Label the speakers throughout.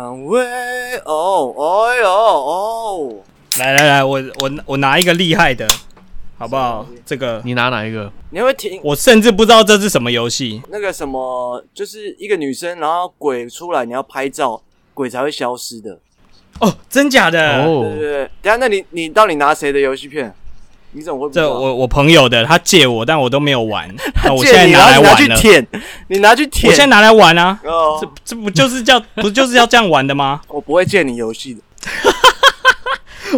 Speaker 1: Somewhere，哦，哦哟，哦，
Speaker 2: 来来来，我我我拿一个厉害的，好不好
Speaker 1: 什么东西？
Speaker 2: 这个
Speaker 3: 你拿哪一个？
Speaker 1: 你会听
Speaker 2: 我甚至不知道这是什么游戏。
Speaker 1: 那个什么，就是一个女生，然后鬼出来，你要拍照，鬼才会消失的。
Speaker 2: 哦，真假的？
Speaker 3: 哦
Speaker 1: 哎对对对，等一下，那你你到底拿谁的游戏片？你怎么会不知
Speaker 2: 这
Speaker 1: 道？
Speaker 2: 我我朋友的，他借我，但我都没有 玩。那我
Speaker 1: 借
Speaker 2: 现在
Speaker 1: 你
Speaker 2: 拿来
Speaker 1: 然后你
Speaker 2: 玩
Speaker 1: 拿
Speaker 2: 了
Speaker 1: 去，舔，你拿去
Speaker 2: 我现在
Speaker 1: 舔。
Speaker 2: 拿来玩啊！
Speaker 1: 哦
Speaker 2: 这，这不就 是叫不就是要这样玩的吗？
Speaker 1: 我不会借你游戏的，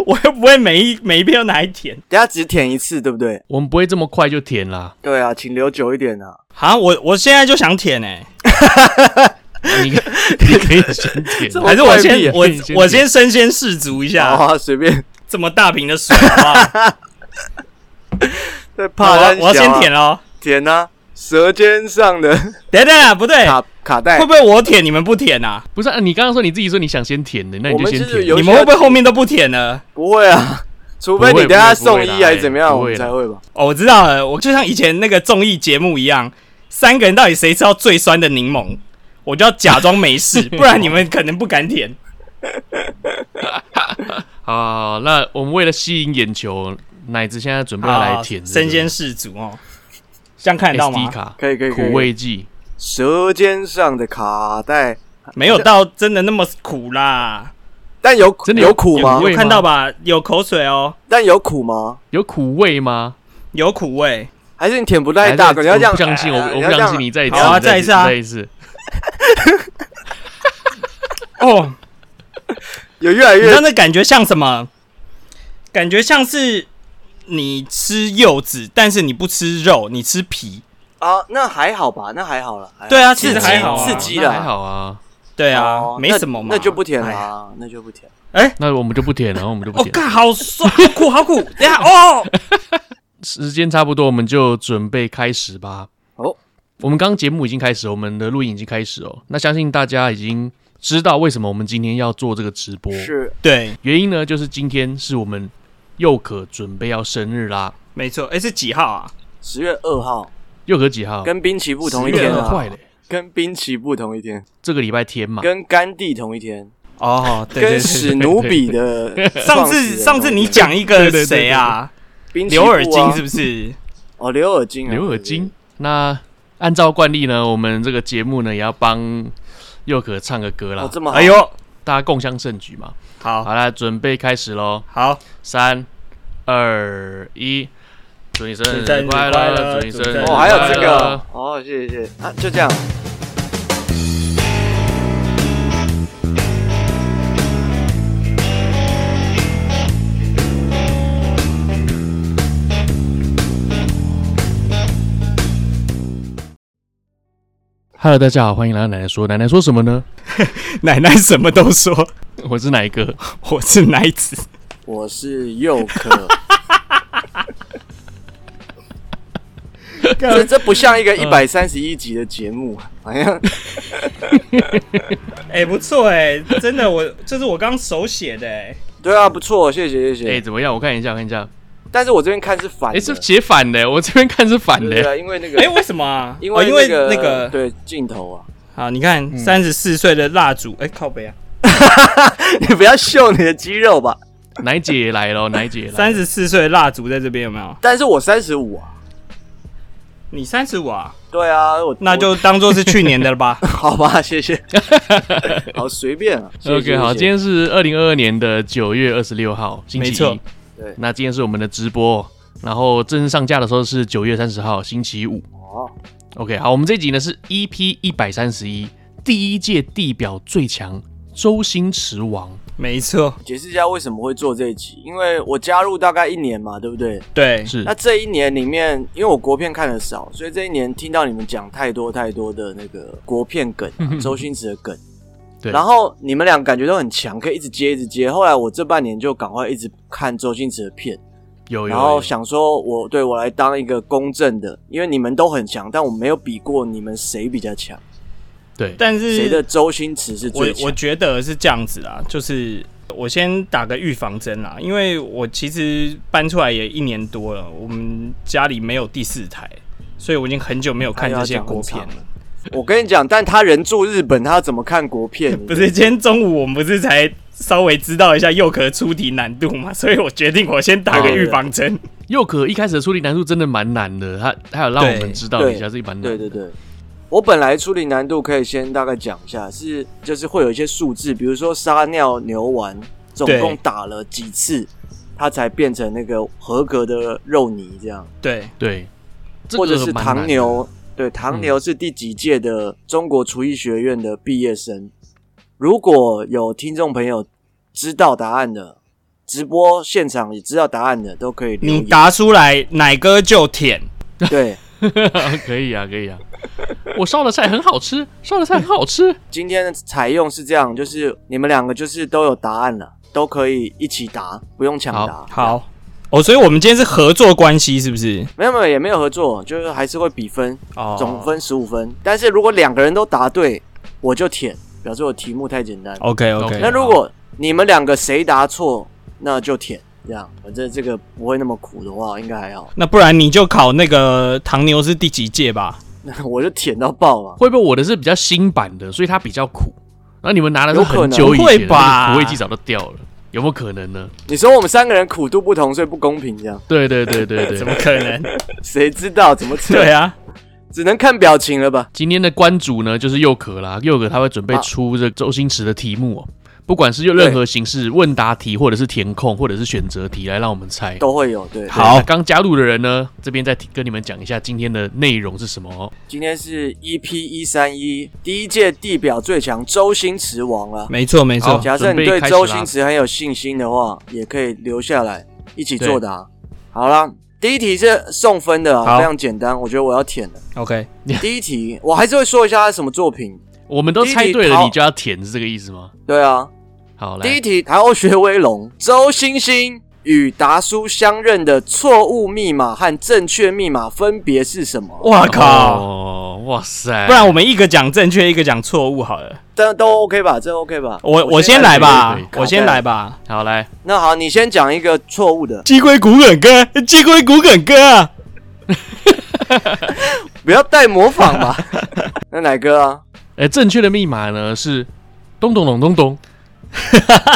Speaker 2: 我又不会每一每一遍都拿来舔
Speaker 1: 等一下只舔一次，对不对？
Speaker 3: 我们不会这么快就舔 啦。
Speaker 1: 对啊，请留久一点啊。
Speaker 2: 啊！我我现在就想舔哎、
Speaker 3: 你你可以先舔
Speaker 1: 这，么
Speaker 2: 还是我先我
Speaker 3: 怪癖啊
Speaker 2: 我先身先士卒一
Speaker 1: 好
Speaker 2: 下，
Speaker 1: 啊，随便。
Speaker 2: 这么大瓶的水好不 好？
Speaker 1: 对，
Speaker 2: 那
Speaker 1: 怕
Speaker 2: 我要
Speaker 1: 他
Speaker 2: 啊我要先舔
Speaker 1: 了，
Speaker 2: 喽。
Speaker 1: 舔啊，舌尖上的
Speaker 2: 等等啊，不对，
Speaker 1: 卡卡带
Speaker 2: 会。不会我舔你们不舔啊？
Speaker 3: 不是、啊、你刚刚说你自己说你想先舔的，那你
Speaker 1: 我
Speaker 3: 就
Speaker 1: 们
Speaker 3: 先
Speaker 1: 就是
Speaker 3: 舔。
Speaker 1: 有
Speaker 2: 你们会不会后面都不舔了？
Speaker 1: 不会啊，除非
Speaker 3: 不会
Speaker 1: 你等下
Speaker 3: 不会不
Speaker 1: 送
Speaker 3: 会
Speaker 1: 医
Speaker 3: 啦
Speaker 1: 还是怎么样，
Speaker 3: 不
Speaker 1: 我
Speaker 3: 会
Speaker 1: 们
Speaker 3: 啦
Speaker 1: 才会吧。
Speaker 2: 哦，我知道了，我就像以前那个综艺节目一样，三个人到底谁吃到最酸的柠檬，我就要假装 没事，不然你们可能不敢舔。
Speaker 3: 好好好那我们为了吸引眼球，奶子现在准备要来舔这个
Speaker 2: 啊身先士卒哦，这样看得到
Speaker 3: SD
Speaker 2: 吗？
Speaker 3: 卡
Speaker 1: 可以可以可
Speaker 3: 苦
Speaker 1: 以。
Speaker 3: 味剂，
Speaker 1: 舌尖上的卡带，
Speaker 2: 没有到真的那么苦啦，
Speaker 1: 但有
Speaker 3: 真的
Speaker 1: 有
Speaker 3: 有
Speaker 1: 苦吗
Speaker 3: 有？味
Speaker 2: 有
Speaker 3: 吗
Speaker 2: 看到吧？有口水哦，
Speaker 1: 但有苦吗？
Speaker 3: 有苦味吗？
Speaker 2: 有苦味。
Speaker 1: 还是你舔不太大？
Speaker 3: 还
Speaker 1: 可
Speaker 3: 是
Speaker 1: 能要这样。
Speaker 3: 我不相信，我
Speaker 1: 哎
Speaker 3: 我
Speaker 1: 你
Speaker 3: 不
Speaker 1: 要这
Speaker 3: 相
Speaker 1: 样
Speaker 3: 信你再一次，
Speaker 2: 好啊
Speaker 3: 你再
Speaker 2: 再一次啊
Speaker 3: 再一次。
Speaker 2: 哦，
Speaker 1: 有越来
Speaker 2: 你知道
Speaker 1: 越
Speaker 2: 那感觉像什么？感觉像是你吃柚子，但是你不吃肉，你吃皮。
Speaker 1: 啊，那还好吧，那还好了。哎还好
Speaker 2: 对啊其
Speaker 1: 刺
Speaker 2: 实
Speaker 1: 激
Speaker 2: 还好啊
Speaker 1: 刺激
Speaker 3: 那
Speaker 1: 了，
Speaker 3: 还好啊。
Speaker 2: 对啊，
Speaker 1: 哦
Speaker 2: 没
Speaker 1: 那
Speaker 2: 什么嘛，
Speaker 1: 那就不舔
Speaker 2: 哎
Speaker 1: 啦，那就不舔。
Speaker 3: 那我们就不舔了，我们就不
Speaker 2: 我
Speaker 3: 舔。
Speaker 2: 靠，哦好酸，好苦，好 苦！等一下哦，
Speaker 3: 时间差不多，我们就准备开始吧。
Speaker 1: 哦，
Speaker 3: 我们刚刚节目已经开始，我们的录影已经开始哦。那相信大家已经知道为什么我们今天要做这个直播，
Speaker 1: 是
Speaker 2: 对，
Speaker 3: 原因呢，就是今天是我们佑可准备要生日啦。
Speaker 2: 没错。哎、是几号啊？
Speaker 1: 十月二号，
Speaker 3: 佑可几号？
Speaker 1: 跟滨崎步同一
Speaker 2: 10月
Speaker 1: 天
Speaker 2: 二
Speaker 3: 很
Speaker 1: 啊
Speaker 3: 快，嘞，
Speaker 1: 跟滨崎步同一天，
Speaker 3: 这个礼拜天嘛。
Speaker 1: 跟甘地同一天，
Speaker 2: 哦，对对
Speaker 1: 跟
Speaker 2: 对。
Speaker 1: 史努比的
Speaker 2: 上
Speaker 1: 创始
Speaker 2: 次
Speaker 1: 人
Speaker 2: 上次
Speaker 1: 同一
Speaker 2: 你
Speaker 1: 天
Speaker 2: 讲一
Speaker 3: 对
Speaker 2: 个
Speaker 3: 对对
Speaker 2: 谁啊？
Speaker 1: 滨崎
Speaker 2: 刘尔
Speaker 1: 步
Speaker 2: 金
Speaker 1: 啊
Speaker 2: 是不是？
Speaker 1: 哦，刘尔金啊，
Speaker 3: 牛耳金。那按照惯例呢，我们这个节目呢也要帮佑可唱个歌
Speaker 1: 哦
Speaker 3: 啦，
Speaker 1: 这么好，
Speaker 2: 哎呦，
Speaker 3: 大家共襄盛举嘛。
Speaker 2: 好
Speaker 3: 好啦，准备开始喽。
Speaker 2: 好，
Speaker 3: 三二一，祝你生
Speaker 2: 祝你生
Speaker 3: 日
Speaker 2: 日
Speaker 3: 快
Speaker 2: 快
Speaker 3: 乐！
Speaker 2: 乐
Speaker 3: 祝你
Speaker 2: 祝
Speaker 3: 生
Speaker 2: 你
Speaker 3: 日
Speaker 2: 生日
Speaker 1: 哦，还有这
Speaker 3: 快
Speaker 1: 个
Speaker 2: 哎
Speaker 3: 乐，
Speaker 1: 哦，谢谢谢谢啊，就这样，
Speaker 3: Hello，大家好，欢迎来到奶奶说。奶奶说什 么呢？
Speaker 2: 奶奶什么都说，
Speaker 3: 我是哪一个？
Speaker 2: 我是奶子。
Speaker 1: 我是佑 可，这这不像一
Speaker 2: 嗯
Speaker 1: 个一百三十一集的节目，啊好像
Speaker 2: 哎、不错哎、真的，我这是我刚手写的哎、
Speaker 1: 对啊，不错，谢谢谢
Speaker 3: 哎、
Speaker 1: 谢，
Speaker 3: 怎么样？我看一下，我看一下。
Speaker 1: 但是我这边看是反
Speaker 3: 哎、
Speaker 1: 的，
Speaker 3: 是写反的，我这边看是反
Speaker 1: 对
Speaker 3: 的。
Speaker 1: 啊，因为那
Speaker 2: 哎、
Speaker 1: 个，
Speaker 2: 为什么啊？
Speaker 1: 因
Speaker 2: 哦
Speaker 1: 为
Speaker 2: 因为
Speaker 1: 那
Speaker 2: 那个，
Speaker 1: 对镜头啊，
Speaker 2: 好，你看三十四岁的蜡烛，哎、靠北啊，
Speaker 1: 你不要秀你的肌肉吧，
Speaker 3: 奶姐也来了，奶姐也来
Speaker 2: 三十四岁的蜡烛在这边有没有？
Speaker 1: 但是我三十五啊，
Speaker 2: 你三十五啊，
Speaker 1: 对啊，我
Speaker 2: 那就当做是去年的 了吧。
Speaker 1: 好吧，谢 谢，好随便啊谢谢
Speaker 3: OK，好，
Speaker 1: 谢谢
Speaker 3: 今天是二零二二年的九月二十六号，星期
Speaker 2: 没错
Speaker 3: 一。
Speaker 1: 对
Speaker 3: 那今天是我们的直播，然后正式上架的时候是九月三十号，星期五。
Speaker 1: 哦
Speaker 3: OK，好，我们这集呢是 EP 一百三十一，第一届地表最强周星驰王。
Speaker 2: 没错，
Speaker 1: 解释一下为什么会做这一集，因为我加入大概一年嘛，对不对？
Speaker 2: 对，
Speaker 3: 是
Speaker 1: 那这一年里面，因为我国片看的少，所以这一年听到你们讲太多太多的那个国片梗、啊周星驰的梗。
Speaker 3: 嗯对
Speaker 1: 然后你们俩感觉都很强，可以一直接一直接。后来我这半年就赶快一直看周星驰的片，
Speaker 3: 有有
Speaker 1: 然后
Speaker 3: 有，
Speaker 1: 想说我对我来当一个公正的，因为你们都很强，但我没有比过你们谁比较强，
Speaker 3: 对，
Speaker 2: 但
Speaker 1: 谁
Speaker 2: 是
Speaker 1: 的周星驰是
Speaker 2: 我
Speaker 1: 最强
Speaker 2: 我。觉得是这样子啦，就是我先打个预防针啦，因为我其实搬出来也一年哎多了，我们家里没有第四台，所以我已经很久没有看这些国片了。
Speaker 1: 我跟你讲，但他人住日本，他怎么看国片？
Speaker 2: 不是，今天中午我们不是才稍微知道一下佑壳出题难度 嘛，所以我决定我先打个预防针。
Speaker 3: 佑可一开始的处理难度真的蛮难的，他他有让我们知道一下
Speaker 1: 对
Speaker 3: 是一般难。
Speaker 1: 对对对，我本来处理难度可以先大概讲一下，是就是会有一些数字，比如说撒尿牛丸总
Speaker 2: 对
Speaker 1: 共打了几次，它才变成那个合格的肉泥这样，
Speaker 2: 对，
Speaker 3: 对，这
Speaker 1: 或者
Speaker 3: 个
Speaker 1: 是
Speaker 3: 蛮难的嗯
Speaker 1: 唐牛，对，唐牛是第几届的中国厨艺学院的毕业生？如果有听众朋友知道答案的，直播现场也知道答案的，都可以留
Speaker 2: 你
Speaker 1: 言。
Speaker 2: 答出来，奶哥就舔。
Speaker 1: 对，
Speaker 3: 可以啊，可以啊。我烧的菜很好吃，烧的菜很好吃。
Speaker 1: 今天的采用是这样，就是你们两个就是都有答案了，都可以一起答，不用抢答。
Speaker 2: 好，哦，所以我们今天是合作关系，是不是？
Speaker 1: 没有没有也没有合作，就是还是会比分，
Speaker 2: 哦
Speaker 1: 总分十五分。但是如果两个人都答对，我就舔，表示我题目太简单。
Speaker 2: OK OK，
Speaker 1: 那如果你们两个谁答错，那就舔。这样，反正这个不会那么苦的话，应该还好。
Speaker 2: 那不然你就考那个唐牛是第几届吧？
Speaker 1: 那我就舔到爆啊嘛。
Speaker 3: 会不会我的是比较新版的，所以它比较苦？然后你们拿的都
Speaker 1: 有可能
Speaker 3: 很久以前，
Speaker 2: 会吧
Speaker 3: 那个苦味剂早都掉了，有没有可能呢？
Speaker 1: 你说我们三个人苦度不同，所以不公平，这样
Speaker 3: 对对对对对
Speaker 2: 怎么可能？
Speaker 1: 谁知道怎么测？
Speaker 2: 对啊，
Speaker 1: 只能看表情了吧？
Speaker 3: 今天的关主呢，就是佑可啦。佑可他会准备出这周星驰的题目、哦，不管是用任何形式问答题，或者是填空，或者是选择题来让我们猜。对
Speaker 1: 都会有对。
Speaker 2: 好
Speaker 3: 那刚加入的人呢，这边再提跟你们讲一下今天的内容是什么哦。
Speaker 1: 今天是 EP 一三一第一届地表最强周星驰王啊！
Speaker 2: 没错没
Speaker 3: 好
Speaker 2: 错。
Speaker 1: 假设你
Speaker 3: 嗯准备
Speaker 1: 对
Speaker 3: 开始啦
Speaker 1: 周星驰很有信心的话，也可以留下来一起作答。好啦，第一题是送分的、
Speaker 2: 好
Speaker 1: 啊，非常简单，我觉得我要舔了。
Speaker 2: OK，
Speaker 1: 第一题我还是会说一下他什么作品。
Speaker 3: 我们都猜对
Speaker 1: 第一题
Speaker 3: 了，
Speaker 1: 好
Speaker 3: 你就要填，是这个意思吗？
Speaker 1: 对啊，
Speaker 3: 好，
Speaker 1: 第一
Speaker 3: 来，
Speaker 1: 题《逃学威龙》，周星星与达叔相认的错误密码和正确密码分别是什么？
Speaker 2: 哇靠！
Speaker 3: 哦，哇塞，
Speaker 2: 不然我们一个讲正确，一个讲错误好了。
Speaker 1: 这都 OK 吧？这 OK 吧？
Speaker 3: 哦
Speaker 2: 我我先来吧
Speaker 3: 可以
Speaker 1: 以
Speaker 3: 可，
Speaker 2: 我先来吧。
Speaker 3: 好来，
Speaker 1: 那好，你先讲一个错误的，
Speaker 2: 鸡龟骨梗哥，鸡龟骨梗哥啊！
Speaker 1: 不要带模仿 吧。那奶哥啊，
Speaker 3: 呃，正确的密码呢是咚咚咚咚咚，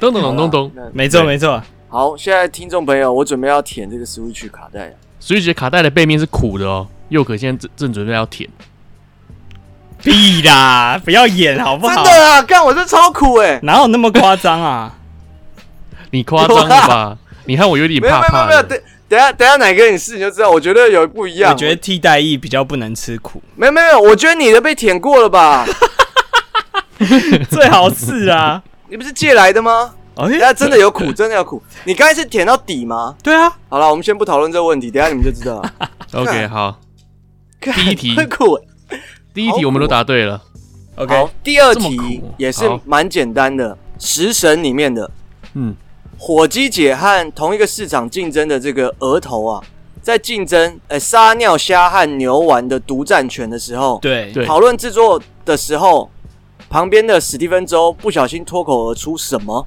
Speaker 3: 咚咚咚咚咚。
Speaker 1: 那
Speaker 2: 没错
Speaker 3: 对
Speaker 2: 没错，
Speaker 1: 好，现在听众朋友，我准备要舔这个 Switch 卡带了。
Speaker 3: 所以觉得卡带的背面是苦的哦。佑可现在正正准备要舔，
Speaker 2: 屁啦，不要演好不
Speaker 1: 真
Speaker 2: 好？
Speaker 1: 的啊，干我这超苦哎、
Speaker 2: 哪有那么夸张 啊？
Speaker 3: 你夸张了吧？你看我有点
Speaker 1: 没有
Speaker 3: 怕
Speaker 1: 没有没有
Speaker 3: 怕
Speaker 1: 没有，
Speaker 3: 的。
Speaker 1: 等等一下等一下奶哥你试你就知道，我觉得有不一样。
Speaker 2: 我觉得替代役比较不能吃 苦，
Speaker 1: 没有没有没有，我觉得你的被舔过了吧？
Speaker 2: 最好是 啊。
Speaker 1: 你不是借来的吗？等一
Speaker 2: 哎，
Speaker 1: 下真的有苦，真的有苦。你刚才是舔到底吗？
Speaker 2: 对啊，
Speaker 1: 好了，我们先不讨论这个问题，等一下你们就知道 了。
Speaker 3: OK，好，
Speaker 1: 第
Speaker 3: 一题
Speaker 1: 会苦欸。
Speaker 3: 第一题我们都
Speaker 1: 哦
Speaker 3: 答对了。
Speaker 2: OK，
Speaker 1: 好，第二
Speaker 3: 这么
Speaker 1: 题
Speaker 3: 苦
Speaker 1: 也是
Speaker 3: 好
Speaker 1: 蛮简单的，《食神》里面的
Speaker 3: 嗯，
Speaker 1: 火鸡姐和同一个市场竞争的这个额头啊，在竞争呃撒尿虾和牛丸的独占权的时候，
Speaker 2: 对
Speaker 3: 对
Speaker 1: 讨论制作的时候，旁边的史蒂芬周不小心脱口而出什么，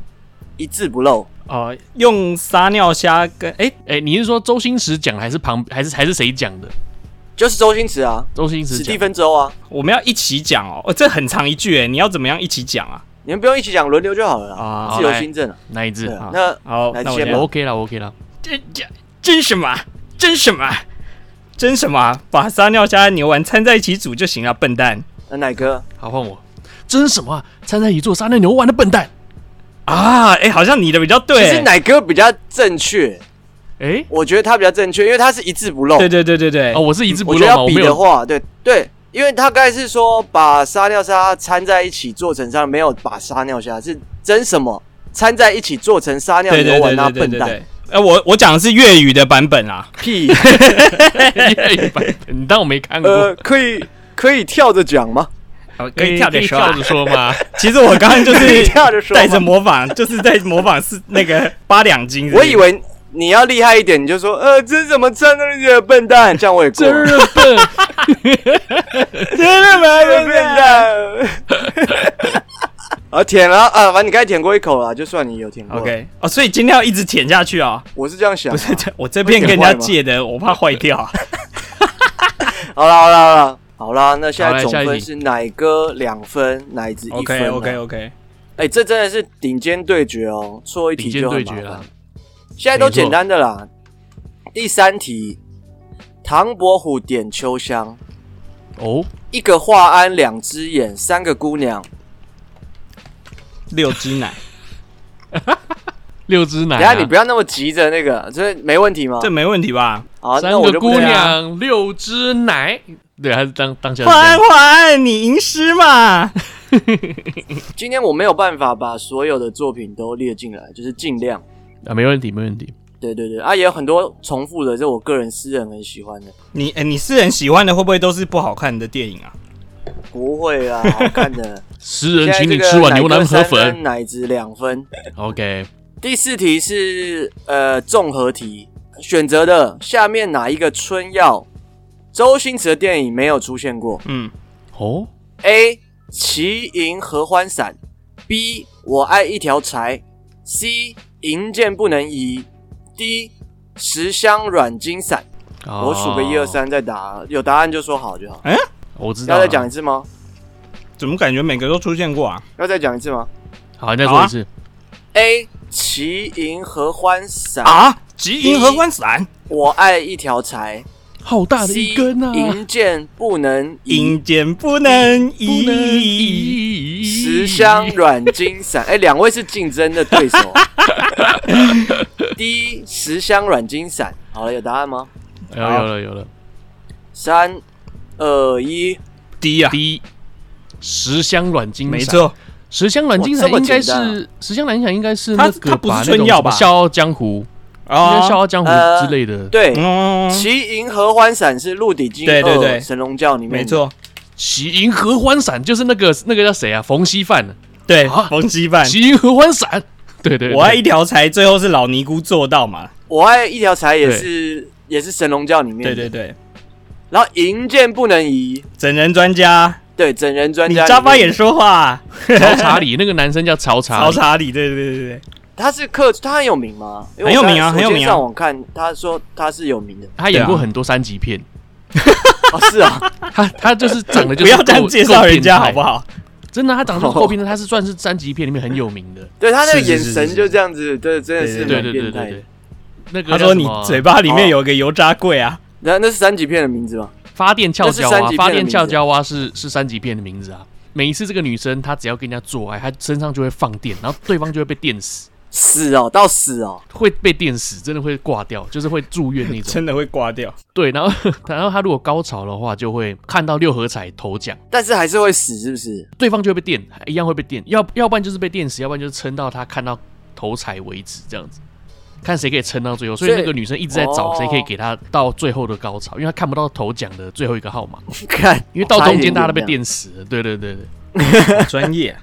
Speaker 1: 一字不漏。
Speaker 2: 哦，用撒尿虾跟哎
Speaker 3: 哎，你是说周星驰讲还是旁还是还是谁讲的？
Speaker 1: 就是周星驰啊，
Speaker 3: 周星驰
Speaker 1: 史蒂
Speaker 3: 讲。
Speaker 1: 芬周啊，
Speaker 2: 我们要一起讲哦，哦，这很长一句哎，你要怎么样一起讲啊？
Speaker 1: 你们不用一起讲，轮流就好了啦，
Speaker 2: 啊，
Speaker 3: 好
Speaker 1: 自由
Speaker 3: 来
Speaker 1: 新政啊。
Speaker 3: 哪一只
Speaker 1: 对？啊啊
Speaker 3: 好
Speaker 1: 那
Speaker 2: 好，
Speaker 1: 来
Speaker 2: 那我
Speaker 1: 先
Speaker 2: 先
Speaker 1: 吧
Speaker 3: 我 OK 啦，我 OK 啦。
Speaker 2: 真真真什么？真什么？真什么？把撒尿虾和牛丸掺在一起煮就行了，笨蛋！
Speaker 1: 那呃奶哥，
Speaker 3: 好，换我。真什么啊？掺在一起做沙拉牛丸的笨蛋！
Speaker 2: 啊，哎、好像你的比较
Speaker 1: 其
Speaker 2: 对、
Speaker 1: 实奶哥比较正确，
Speaker 3: 哎，
Speaker 1: 我觉得他比较正确，因为他是一字不漏。
Speaker 2: 对对对对对，
Speaker 3: 哦，我是一字
Speaker 1: 嗯
Speaker 3: 不
Speaker 1: 我觉
Speaker 3: 漏
Speaker 1: 得
Speaker 3: 嘛，
Speaker 1: 要
Speaker 3: 我
Speaker 1: 比
Speaker 3: 没
Speaker 1: 的
Speaker 3: 有。
Speaker 1: 话，对对，因为他刚才是说把撒尿虾掺在一起做成沙，没有把撒尿虾是真什么掺在一起做成撒尿
Speaker 2: 对对
Speaker 1: 牛
Speaker 2: 对
Speaker 1: 丸啊，
Speaker 2: 对对
Speaker 1: 笨
Speaker 2: 对
Speaker 1: 蛋
Speaker 2: 对。哎、我我讲的是粤语的版本啊，
Speaker 1: 屁！
Speaker 3: 粤语版的你当我没看 过
Speaker 1: 呃，？可以可以跳着讲吗？
Speaker 2: 可以跳着
Speaker 3: 可以
Speaker 2: 说
Speaker 3: 跳
Speaker 2: 啊
Speaker 3: 着。说吗？
Speaker 2: 其实我刚刚就
Speaker 1: 可以
Speaker 2: 是
Speaker 1: 跳着说吗
Speaker 2: 带着模仿，就是在模仿是那个八两金是不
Speaker 1: 我
Speaker 2: 是。
Speaker 1: 以为你要厉害一点，你就说呃，这怎么掺在一起的笨蛋？这样我也过了。
Speaker 3: 笨。
Speaker 2: 真的没
Speaker 1: 笨蛋。 啊，舔了啊，反正你刚才舔过一口了，就算你有舔过。
Speaker 2: OK 哦，所以今天要一直舔下 去啊、
Speaker 1: 我是这样想
Speaker 2: 不
Speaker 1: 啊。
Speaker 2: 是这我这边跟人家借的，我怕坏掉啊。
Speaker 1: 好了好了好了，好啦，那现
Speaker 3: 好
Speaker 1: 在
Speaker 3: 来
Speaker 1: 总
Speaker 3: 下一
Speaker 1: 分
Speaker 3: 题
Speaker 1: 是奶哥两分，奶子 一分啊。
Speaker 2: OK OK OK，
Speaker 1: 哎、这真的是顶尖对决哦，错一题
Speaker 3: 顶尖
Speaker 1: 就很
Speaker 3: 对
Speaker 1: 麻
Speaker 3: 决
Speaker 1: 烦
Speaker 3: 啦。，
Speaker 1: 现在都
Speaker 3: 没错
Speaker 1: 简单的啦。第三题，唐伯虎点秋香，
Speaker 3: 哦，
Speaker 1: 一个华安，两只眼，三个姑娘。
Speaker 2: 六只奶，
Speaker 3: 六只奶、
Speaker 1: 等
Speaker 3: 啊，
Speaker 1: 一下你不要那么急着那个，这没问题吗？
Speaker 2: 这没问题吧？
Speaker 1: 好，
Speaker 3: 三
Speaker 1: 那我
Speaker 3: 个
Speaker 1: 就不
Speaker 3: 姑
Speaker 1: 对啊
Speaker 3: 娘，六只奶，对，还是当当 下是
Speaker 2: 华
Speaker 3: 这
Speaker 2: 安
Speaker 3: 样
Speaker 2: 华安，你吟诗嘛？
Speaker 1: 今天我没有办法把所有的作品都列进来，就是尽量。
Speaker 3: 啊，没问题，没问题。
Speaker 1: 对对对，啊，也有很多重复的，这我个人私人很喜欢的。
Speaker 2: 你哎、你私人喜欢的会不会都是不好看的电影啊？
Speaker 1: 不会 啊，好看的。
Speaker 3: 十
Speaker 1: 现
Speaker 3: 人
Speaker 1: 在
Speaker 3: 请
Speaker 1: 这
Speaker 3: 你
Speaker 1: 个
Speaker 3: 吃碗牛
Speaker 1: 奶哥
Speaker 3: 腩河
Speaker 1: 三分
Speaker 3: 粉
Speaker 1: 奶子两分。
Speaker 3: ，OK，
Speaker 1: 第四题是呃综合题，选择的下面哪一个春药周星驰的电影没有出现过
Speaker 2: 嗯，
Speaker 3: 哦，
Speaker 1: ？A. 齐银合欢散，B. 我爱一条柴，C. 银剑不能移，D. 十香软筋散。
Speaker 3: 哦
Speaker 1: 我数个一二，三再答，有答案就说好就好。
Speaker 3: 哦我知道
Speaker 1: 要
Speaker 3: 了。
Speaker 1: 再讲一次吗？
Speaker 2: 怎么感觉每个都出现过啊？
Speaker 1: 要再讲一次吗
Speaker 3: 好，你再
Speaker 2: 好
Speaker 3: 说
Speaker 2: 啊
Speaker 3: 一次。
Speaker 1: ？A. 齐银合欢散，
Speaker 2: 啊，集银合欢散，
Speaker 1: 我爱一条柴。
Speaker 3: 好大的
Speaker 1: C
Speaker 3: 一根啊！
Speaker 1: 银剑不能移，
Speaker 2: 银剑不能
Speaker 3: 不能
Speaker 2: 移。
Speaker 3: 移
Speaker 1: 十香软筋散。哎，两位是竞争的对手。D 十香软筋散。好了，有答案吗？
Speaker 3: 有有了有了。
Speaker 1: 三二一，
Speaker 2: 低啊，
Speaker 3: D 十香软筋散
Speaker 2: 没，错，
Speaker 3: 十香软筋
Speaker 1: 哇
Speaker 3: 散
Speaker 1: 这么
Speaker 3: 应该
Speaker 1: 简单
Speaker 3: 是十香软筋散应该是
Speaker 2: 它
Speaker 3: 那个
Speaker 2: 它不是
Speaker 3: 那
Speaker 2: 春
Speaker 3: 种
Speaker 2: 药
Speaker 3: 什么
Speaker 2: 吧
Speaker 3: 笑傲江湖，应该
Speaker 2: 哦
Speaker 3: 笑傲江湖
Speaker 1: 呃
Speaker 3: 之类的。
Speaker 1: 对。
Speaker 2: 嗯，
Speaker 1: 齐银合欢散是《鹿鼎记》
Speaker 2: 对对对
Speaker 1: 神龙教里面的
Speaker 2: 没，错，
Speaker 3: 喜迎合欢散就是那个那个叫谁啊？冯熙范，
Speaker 2: 对，
Speaker 3: 啊
Speaker 2: 冯熙范，
Speaker 3: 喜迎合欢散。对对，对
Speaker 2: 我爱一条柴，最后是老尼姑做到嘛？
Speaker 1: 我爱一条柴也
Speaker 3: 对
Speaker 1: 是也是神龙教里面的，
Speaker 2: 对对对，
Speaker 1: 然后银剑不能移，
Speaker 2: 整人专家，
Speaker 1: 对整人专
Speaker 2: 你
Speaker 1: 家里面，
Speaker 2: 扎巴也说话，
Speaker 3: 曹查理那个男生叫曹查
Speaker 2: 曹
Speaker 3: 理，，
Speaker 2: 查理，对对对对
Speaker 1: 他是客，他很有名吗？因为
Speaker 2: 很有
Speaker 1: 我刚
Speaker 2: 名啊
Speaker 1: 我
Speaker 2: 很有
Speaker 1: 今天
Speaker 2: 名啊
Speaker 1: 上网看他说他是有名的
Speaker 3: 他演
Speaker 2: 对啊
Speaker 3: 过很多三级片，
Speaker 1: 哦，是啊，
Speaker 3: 他他就是长得
Speaker 2: 对，不
Speaker 3: 就是
Speaker 2: 要这样
Speaker 3: 够
Speaker 2: 介绍人家好不？
Speaker 3: 够变态
Speaker 2: 好？
Speaker 3: 真的，他长得就是够变态，他是算是三级片里面很有名的。
Speaker 1: 对他那个
Speaker 2: 是是
Speaker 1: 眼
Speaker 2: 是
Speaker 1: 神
Speaker 2: 是
Speaker 1: 就这样子，对，真的是
Speaker 3: 对
Speaker 1: 蛮
Speaker 3: 对
Speaker 1: 变
Speaker 3: 对对
Speaker 1: 态的
Speaker 3: 对。，那个
Speaker 2: 他
Speaker 3: 叫
Speaker 2: 说
Speaker 3: 什
Speaker 2: 你
Speaker 3: 么啊
Speaker 2: 嘴巴里面有个油炸柜啊，
Speaker 1: 那那是三级片的名字吗？
Speaker 3: 发电俏娇
Speaker 1: 那
Speaker 3: 娃，
Speaker 1: 是三级片的
Speaker 3: 发电俏娇娃是是三级片的名字啊。每一次这个女生她只要跟人家做爱，她身上就会放电，然后对方就会被电死，
Speaker 1: 死哦，到死哦，
Speaker 3: 会被电死，真的会挂掉，就是会住院那种。
Speaker 2: 真的会挂掉。
Speaker 3: 对，然后 然后她如果高潮的话，就会看到六合彩头奖，
Speaker 1: 但是还是会死，是不是？
Speaker 3: 对方就会被电，一样会被电，要要不然就是被电死，要不然就是撑到她看到头彩为止，这样子。看谁可以撑到最后，所以
Speaker 1: 所以
Speaker 3: 那个女生一直在找
Speaker 1: 哦
Speaker 3: 谁可以给她到最后的高潮，因为她看不到头奖的最后一个号码，
Speaker 1: 看，
Speaker 3: 因为到中间大家
Speaker 1: 的
Speaker 3: 都被。电死了。对对对对，
Speaker 2: 好专 业，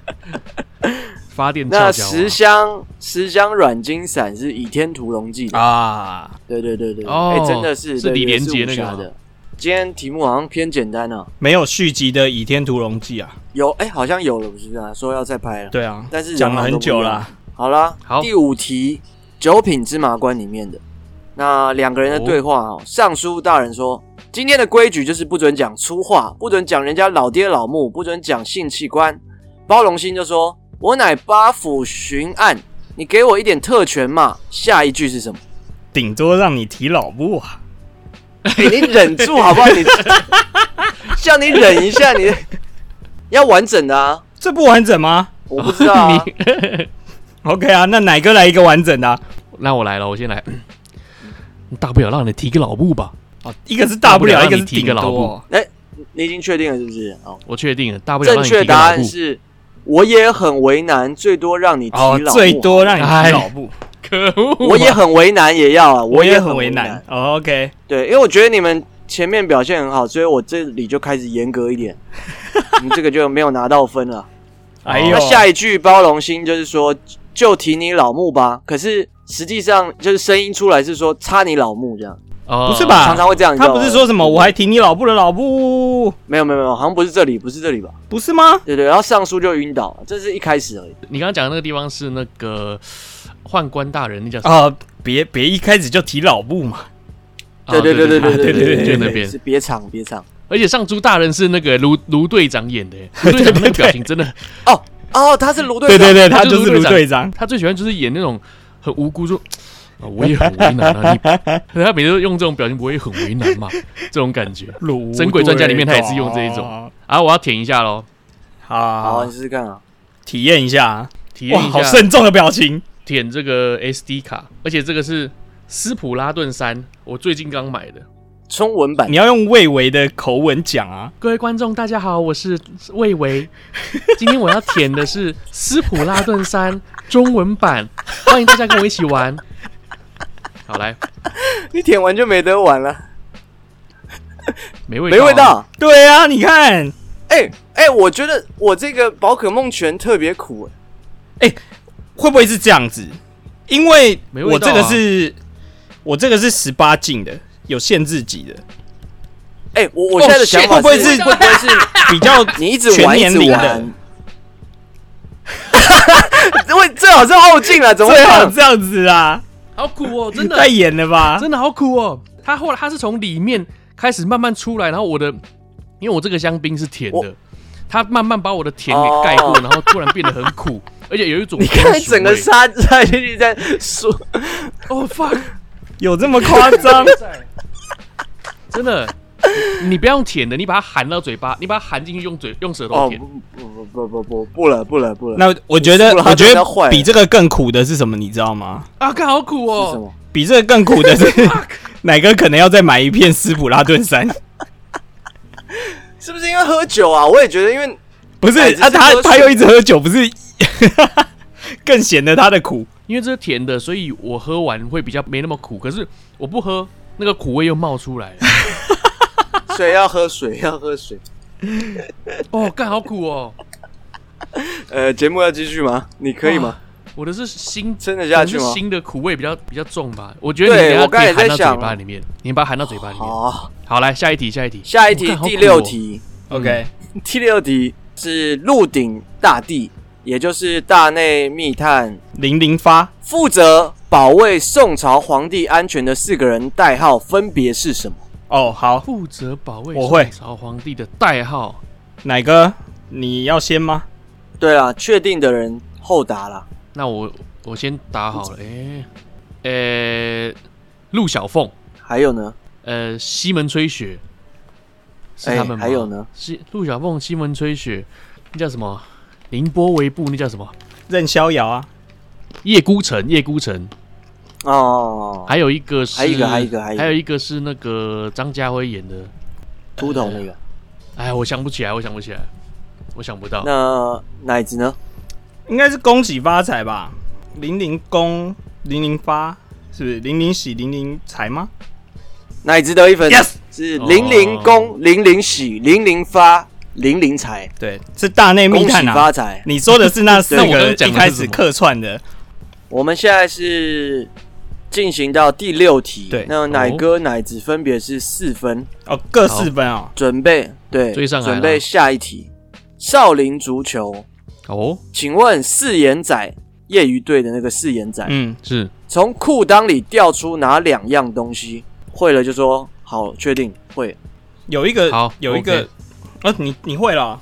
Speaker 3: 发电
Speaker 1: 那
Speaker 3: 翘脚、啊。
Speaker 1: 十香十香软筋散是《倚天屠龙记》的，
Speaker 2: 啊，
Speaker 1: 对对对对，
Speaker 3: 哦
Speaker 1: 哎，真的是
Speaker 3: 是
Speaker 1: 对
Speaker 3: 李
Speaker 1: 对
Speaker 3: 连杰
Speaker 1: 是武
Speaker 3: 那个
Speaker 1: 侠
Speaker 3: 吗
Speaker 1: 的。今天题目好像偏简单啊，
Speaker 2: 没有续集的《倚天屠龙记》啊，
Speaker 1: 有哎，好像有了，不是啊？说要再拍了。
Speaker 2: 对啊，
Speaker 1: 但是人
Speaker 2: 讲了
Speaker 1: 好像都
Speaker 2: 很
Speaker 1: 不
Speaker 2: 久
Speaker 1: 一样
Speaker 2: 啦。
Speaker 1: 好啦，
Speaker 3: 好
Speaker 1: 第五题《九品芝麻官》里面的那两个人的对话哦。尚书大人说：“今天的规矩就是不准讲粗话，不准讲人家老爹老母，不准讲性器官。”包容心就说：“我乃八府巡按，你给我一点特权嘛。”下一句是什么？
Speaker 2: 顶多让你提老木啊。
Speaker 1: 哎你忍住好不好？你 叫你忍一下，你 要完整的啊！
Speaker 2: 这不完整吗
Speaker 1: 我不知道 啊，
Speaker 2: ？OK 啊，那奶哥来一个完整的、啊？
Speaker 3: 那我来了，我先来。大不了让你提个老布吧，
Speaker 2: 哦，一个是大不了，
Speaker 3: 大
Speaker 2: 一个
Speaker 3: 不了让
Speaker 2: 是
Speaker 3: 你提
Speaker 2: 顶
Speaker 3: 个老
Speaker 2: 多。
Speaker 1: 你已经确定了是不是？哦，
Speaker 3: 我确定了。大不了
Speaker 1: 正
Speaker 3: 让你
Speaker 1: 确
Speaker 3: 提个
Speaker 1: 答
Speaker 3: 老
Speaker 1: 案
Speaker 3: 布，
Speaker 1: 是，我也很为难，最多让你提老
Speaker 2: 哦
Speaker 1: 木、，
Speaker 2: 最多让你
Speaker 3: 哎
Speaker 2: 提老布，
Speaker 3: 可恶啊！
Speaker 1: 我也很为难，也要啊，
Speaker 2: 我
Speaker 1: 也
Speaker 2: 也很为
Speaker 1: 为
Speaker 2: 难。。哦、OK，
Speaker 1: 对，因为我觉得你们前面表现很好，所以我这里就开始严格一点，你这个就没有拿到分了。
Speaker 3: 哦
Speaker 2: 哎
Speaker 1: 那
Speaker 2: 呦，
Speaker 1: 下一句包容心就是说，就提你老木吧。可是实际上就是声音出来是说插你老木这样，
Speaker 3: 哦
Speaker 2: 不是吧啊
Speaker 1: 常常会这样。你知
Speaker 2: 他
Speaker 1: 道吗
Speaker 2: 不是说什么我还提你老布的老布，
Speaker 1: 没有没有没有，好像不是这里，不是这里吧？
Speaker 2: 不是吗？
Speaker 1: 对对，然后上书就晕倒了，这是一开始而已。
Speaker 3: 你刚刚讲的那个地方是那个宦官大人，那叫什么？
Speaker 2: 啊、别别一开始就提老布嘛。
Speaker 1: 对对对对
Speaker 3: 啊
Speaker 1: 对
Speaker 3: 对
Speaker 1: 对
Speaker 3: 就那
Speaker 1: 对，是
Speaker 3: 边。
Speaker 1: 别场别场。
Speaker 3: 而且上猪大人是那个卢卢队长演的， 卢队长那个表情真的，
Speaker 1: 哦哦，他是卢队
Speaker 2: 对
Speaker 1: 长，
Speaker 2: 对对，他
Speaker 3: 他
Speaker 2: 就
Speaker 3: 就是是
Speaker 2: 卢
Speaker 3: 卢
Speaker 2: 队
Speaker 3: 队
Speaker 2: 长，
Speaker 3: 他最喜欢就是演那种很无辜说。啊我也很为难啊！你 他每次都用这种表情，我也很为难嘛，这种感觉
Speaker 2: 卢
Speaker 3: 神鬼专家里面他也是用这一种
Speaker 2: 种。
Speaker 3: 啊！我要舔一下喽，
Speaker 2: 好，
Speaker 1: 好，
Speaker 2: 好
Speaker 1: 你试试看啊。
Speaker 2: 体验一下，
Speaker 3: 体
Speaker 2: 哇，
Speaker 3: 验一
Speaker 2: 好
Speaker 3: 下
Speaker 2: 慎重的表情。
Speaker 3: 舔这个 SD 卡，而且这个是斯普拉顿三，我最近刚买的。
Speaker 1: 中文版
Speaker 2: 你要用魏巍的口吻讲啊，
Speaker 3: 各位观众，大家好，我是魏维， 今天我要舔的是斯普拉顿三中文版，欢迎大家跟我一起玩。好来，
Speaker 1: 你舔完就没得玩了，
Speaker 3: 没味道、
Speaker 1: 没味。道。
Speaker 2: 对啊，你看，
Speaker 1: 哎、哎、我觉得我这个宝可梦拳特别苦、哎
Speaker 2: 会不会是这样子？因为
Speaker 3: 没味
Speaker 2: 我
Speaker 3: 道
Speaker 2: 这
Speaker 3: 啊
Speaker 2: 个是，我这个是十八禁的，有限制级的，
Speaker 1: 哎、我我现在的想法
Speaker 2: 哦会不会
Speaker 1: 是
Speaker 2: 是
Speaker 1: 会不会是
Speaker 2: 比较
Speaker 1: 你一直
Speaker 2: 全
Speaker 1: 玩一
Speaker 2: 年
Speaker 1: 直
Speaker 2: 龄的
Speaker 1: 玩？ 为最好是后劲啊了，怎么会
Speaker 2: 最
Speaker 1: 这
Speaker 2: 好
Speaker 1: 样？
Speaker 2: 这样子啊，
Speaker 3: 好苦 哦，真的
Speaker 2: 太演了吧？
Speaker 3: 真的好苦哦。它后来它是从里面开始慢慢出来，然后我的，因为我这个香槟是甜的
Speaker 1: 我，
Speaker 3: 它慢慢把我的甜给盖过，
Speaker 1: 哦
Speaker 3: 然后突然变得很苦，而且有一种
Speaker 1: 你看
Speaker 3: 番薯
Speaker 1: 整个
Speaker 3: 味
Speaker 1: 沙沙进去在说，
Speaker 3: 哦 fuck，
Speaker 2: 有这么夸张？
Speaker 3: 真的。你你不要用舔的，你把它含到嘴巴，你把它含进去，用嘴用舌头
Speaker 1: 哦
Speaker 3: 舔。
Speaker 1: 不不不不不不了不了不了，
Speaker 2: 那我觉得，
Speaker 1: 你输了
Speaker 2: 我觉
Speaker 1: 他真的坏
Speaker 2: 得
Speaker 1: 了
Speaker 2: 比这个更苦的是什么？你知道吗？
Speaker 3: 啊，看好苦
Speaker 1: 是什
Speaker 3: 哦！
Speaker 1: 么？
Speaker 2: 比这个更苦的是 奶哥可能要再买一片斯普拉顿山，
Speaker 1: 是不是因为喝酒啊？我也觉得，因为
Speaker 2: 不是
Speaker 1: 哎这是
Speaker 2: 啊？他
Speaker 1: 喝水
Speaker 2: 他又一直喝酒，不是 更显得他的苦？
Speaker 3: 因为这是甜的，所以我喝完会比较没那么苦。可是我不喝，那个苦味又冒 出来了。
Speaker 1: 水要喝水要喝水。
Speaker 3: 哦，干好苦哦！
Speaker 1: 呃，节目要继续吗？你可以吗？
Speaker 3: 我的是新
Speaker 1: 撑得下去吗
Speaker 3: 可能是新的苦味比较比较重吧。我觉得你
Speaker 1: 对
Speaker 3: 等一下
Speaker 1: 我刚才也
Speaker 3: 可以含到
Speaker 1: 在想啊
Speaker 3: 嘴巴里面，你把它含到嘴巴里面。
Speaker 1: 好，
Speaker 3: 好，来下一题，下一题，
Speaker 1: 下一
Speaker 3: 哦
Speaker 1: 题
Speaker 3: 干好苦
Speaker 1: 第
Speaker 3: 哦
Speaker 1: 六题，
Speaker 2: OK，
Speaker 1: 第六题是鹿鼎大帝，也就是大内密探
Speaker 2: 零零发
Speaker 1: 负责保卫宋朝皇帝安全的四个人代号分别是什么？
Speaker 2: 哦，好，
Speaker 3: 负责保卫
Speaker 2: 我会
Speaker 3: 朝皇帝的代号。
Speaker 2: 奶哥你要先吗？
Speaker 1: 对啦，确定的人后答啦。
Speaker 3: 那我我先打好 了，诶、诶、陆小凤，
Speaker 1: 还有呢？
Speaker 3: 呃，西门吹雪是
Speaker 1: 哎
Speaker 3: 他们吗？
Speaker 1: 还有呢？
Speaker 3: 西陆小凤、西门吹雪，那叫什么？宁波维布，那叫什么？
Speaker 2: 任逍遥啊，
Speaker 3: 叶孤城，叶孤城，
Speaker 1: 哦，
Speaker 3: 还有一个是，
Speaker 1: 还有一个还有一个还有一个
Speaker 3: 还有一个是那个张家辉演的，
Speaker 1: 秃头那个。
Speaker 3: 哎，我想不起来，我想不起来，我想不到。哎
Speaker 1: 那奶子呢？
Speaker 2: 应该是恭喜发财吧？零零恭零零发是不是零零喜零零财吗？
Speaker 1: 奶子得一分
Speaker 2: Yes
Speaker 1: 是零零
Speaker 3: 哦
Speaker 1: 攻、零零喜、零零发、零零财，
Speaker 2: 对，是大内密
Speaker 1: 恭喜
Speaker 2: 探啊
Speaker 1: 发。财。
Speaker 2: 你说的是 那四
Speaker 3: 那我刚
Speaker 2: 个
Speaker 3: 刚讲
Speaker 2: 一
Speaker 3: 的是
Speaker 2: 开
Speaker 3: 什
Speaker 2: 始
Speaker 3: 么
Speaker 2: 客串的，
Speaker 1: 我们现在是进行到第六题，
Speaker 2: 对
Speaker 1: 那奶哥、奶子分别是四分，
Speaker 2: 哦，各四分哦。
Speaker 1: 准备对
Speaker 3: 追上来了
Speaker 1: 准备下一题。少林足球，
Speaker 3: 哦，
Speaker 1: 请问四眼仔业余队的那个四眼仔，
Speaker 2: 嗯，
Speaker 3: 是
Speaker 1: 从裤裆里掉出哪两样东西？会了就说好，确定会。
Speaker 2: 有一个
Speaker 3: 好
Speaker 2: 呃有一个
Speaker 3: OK
Speaker 2: 啊，你你会了？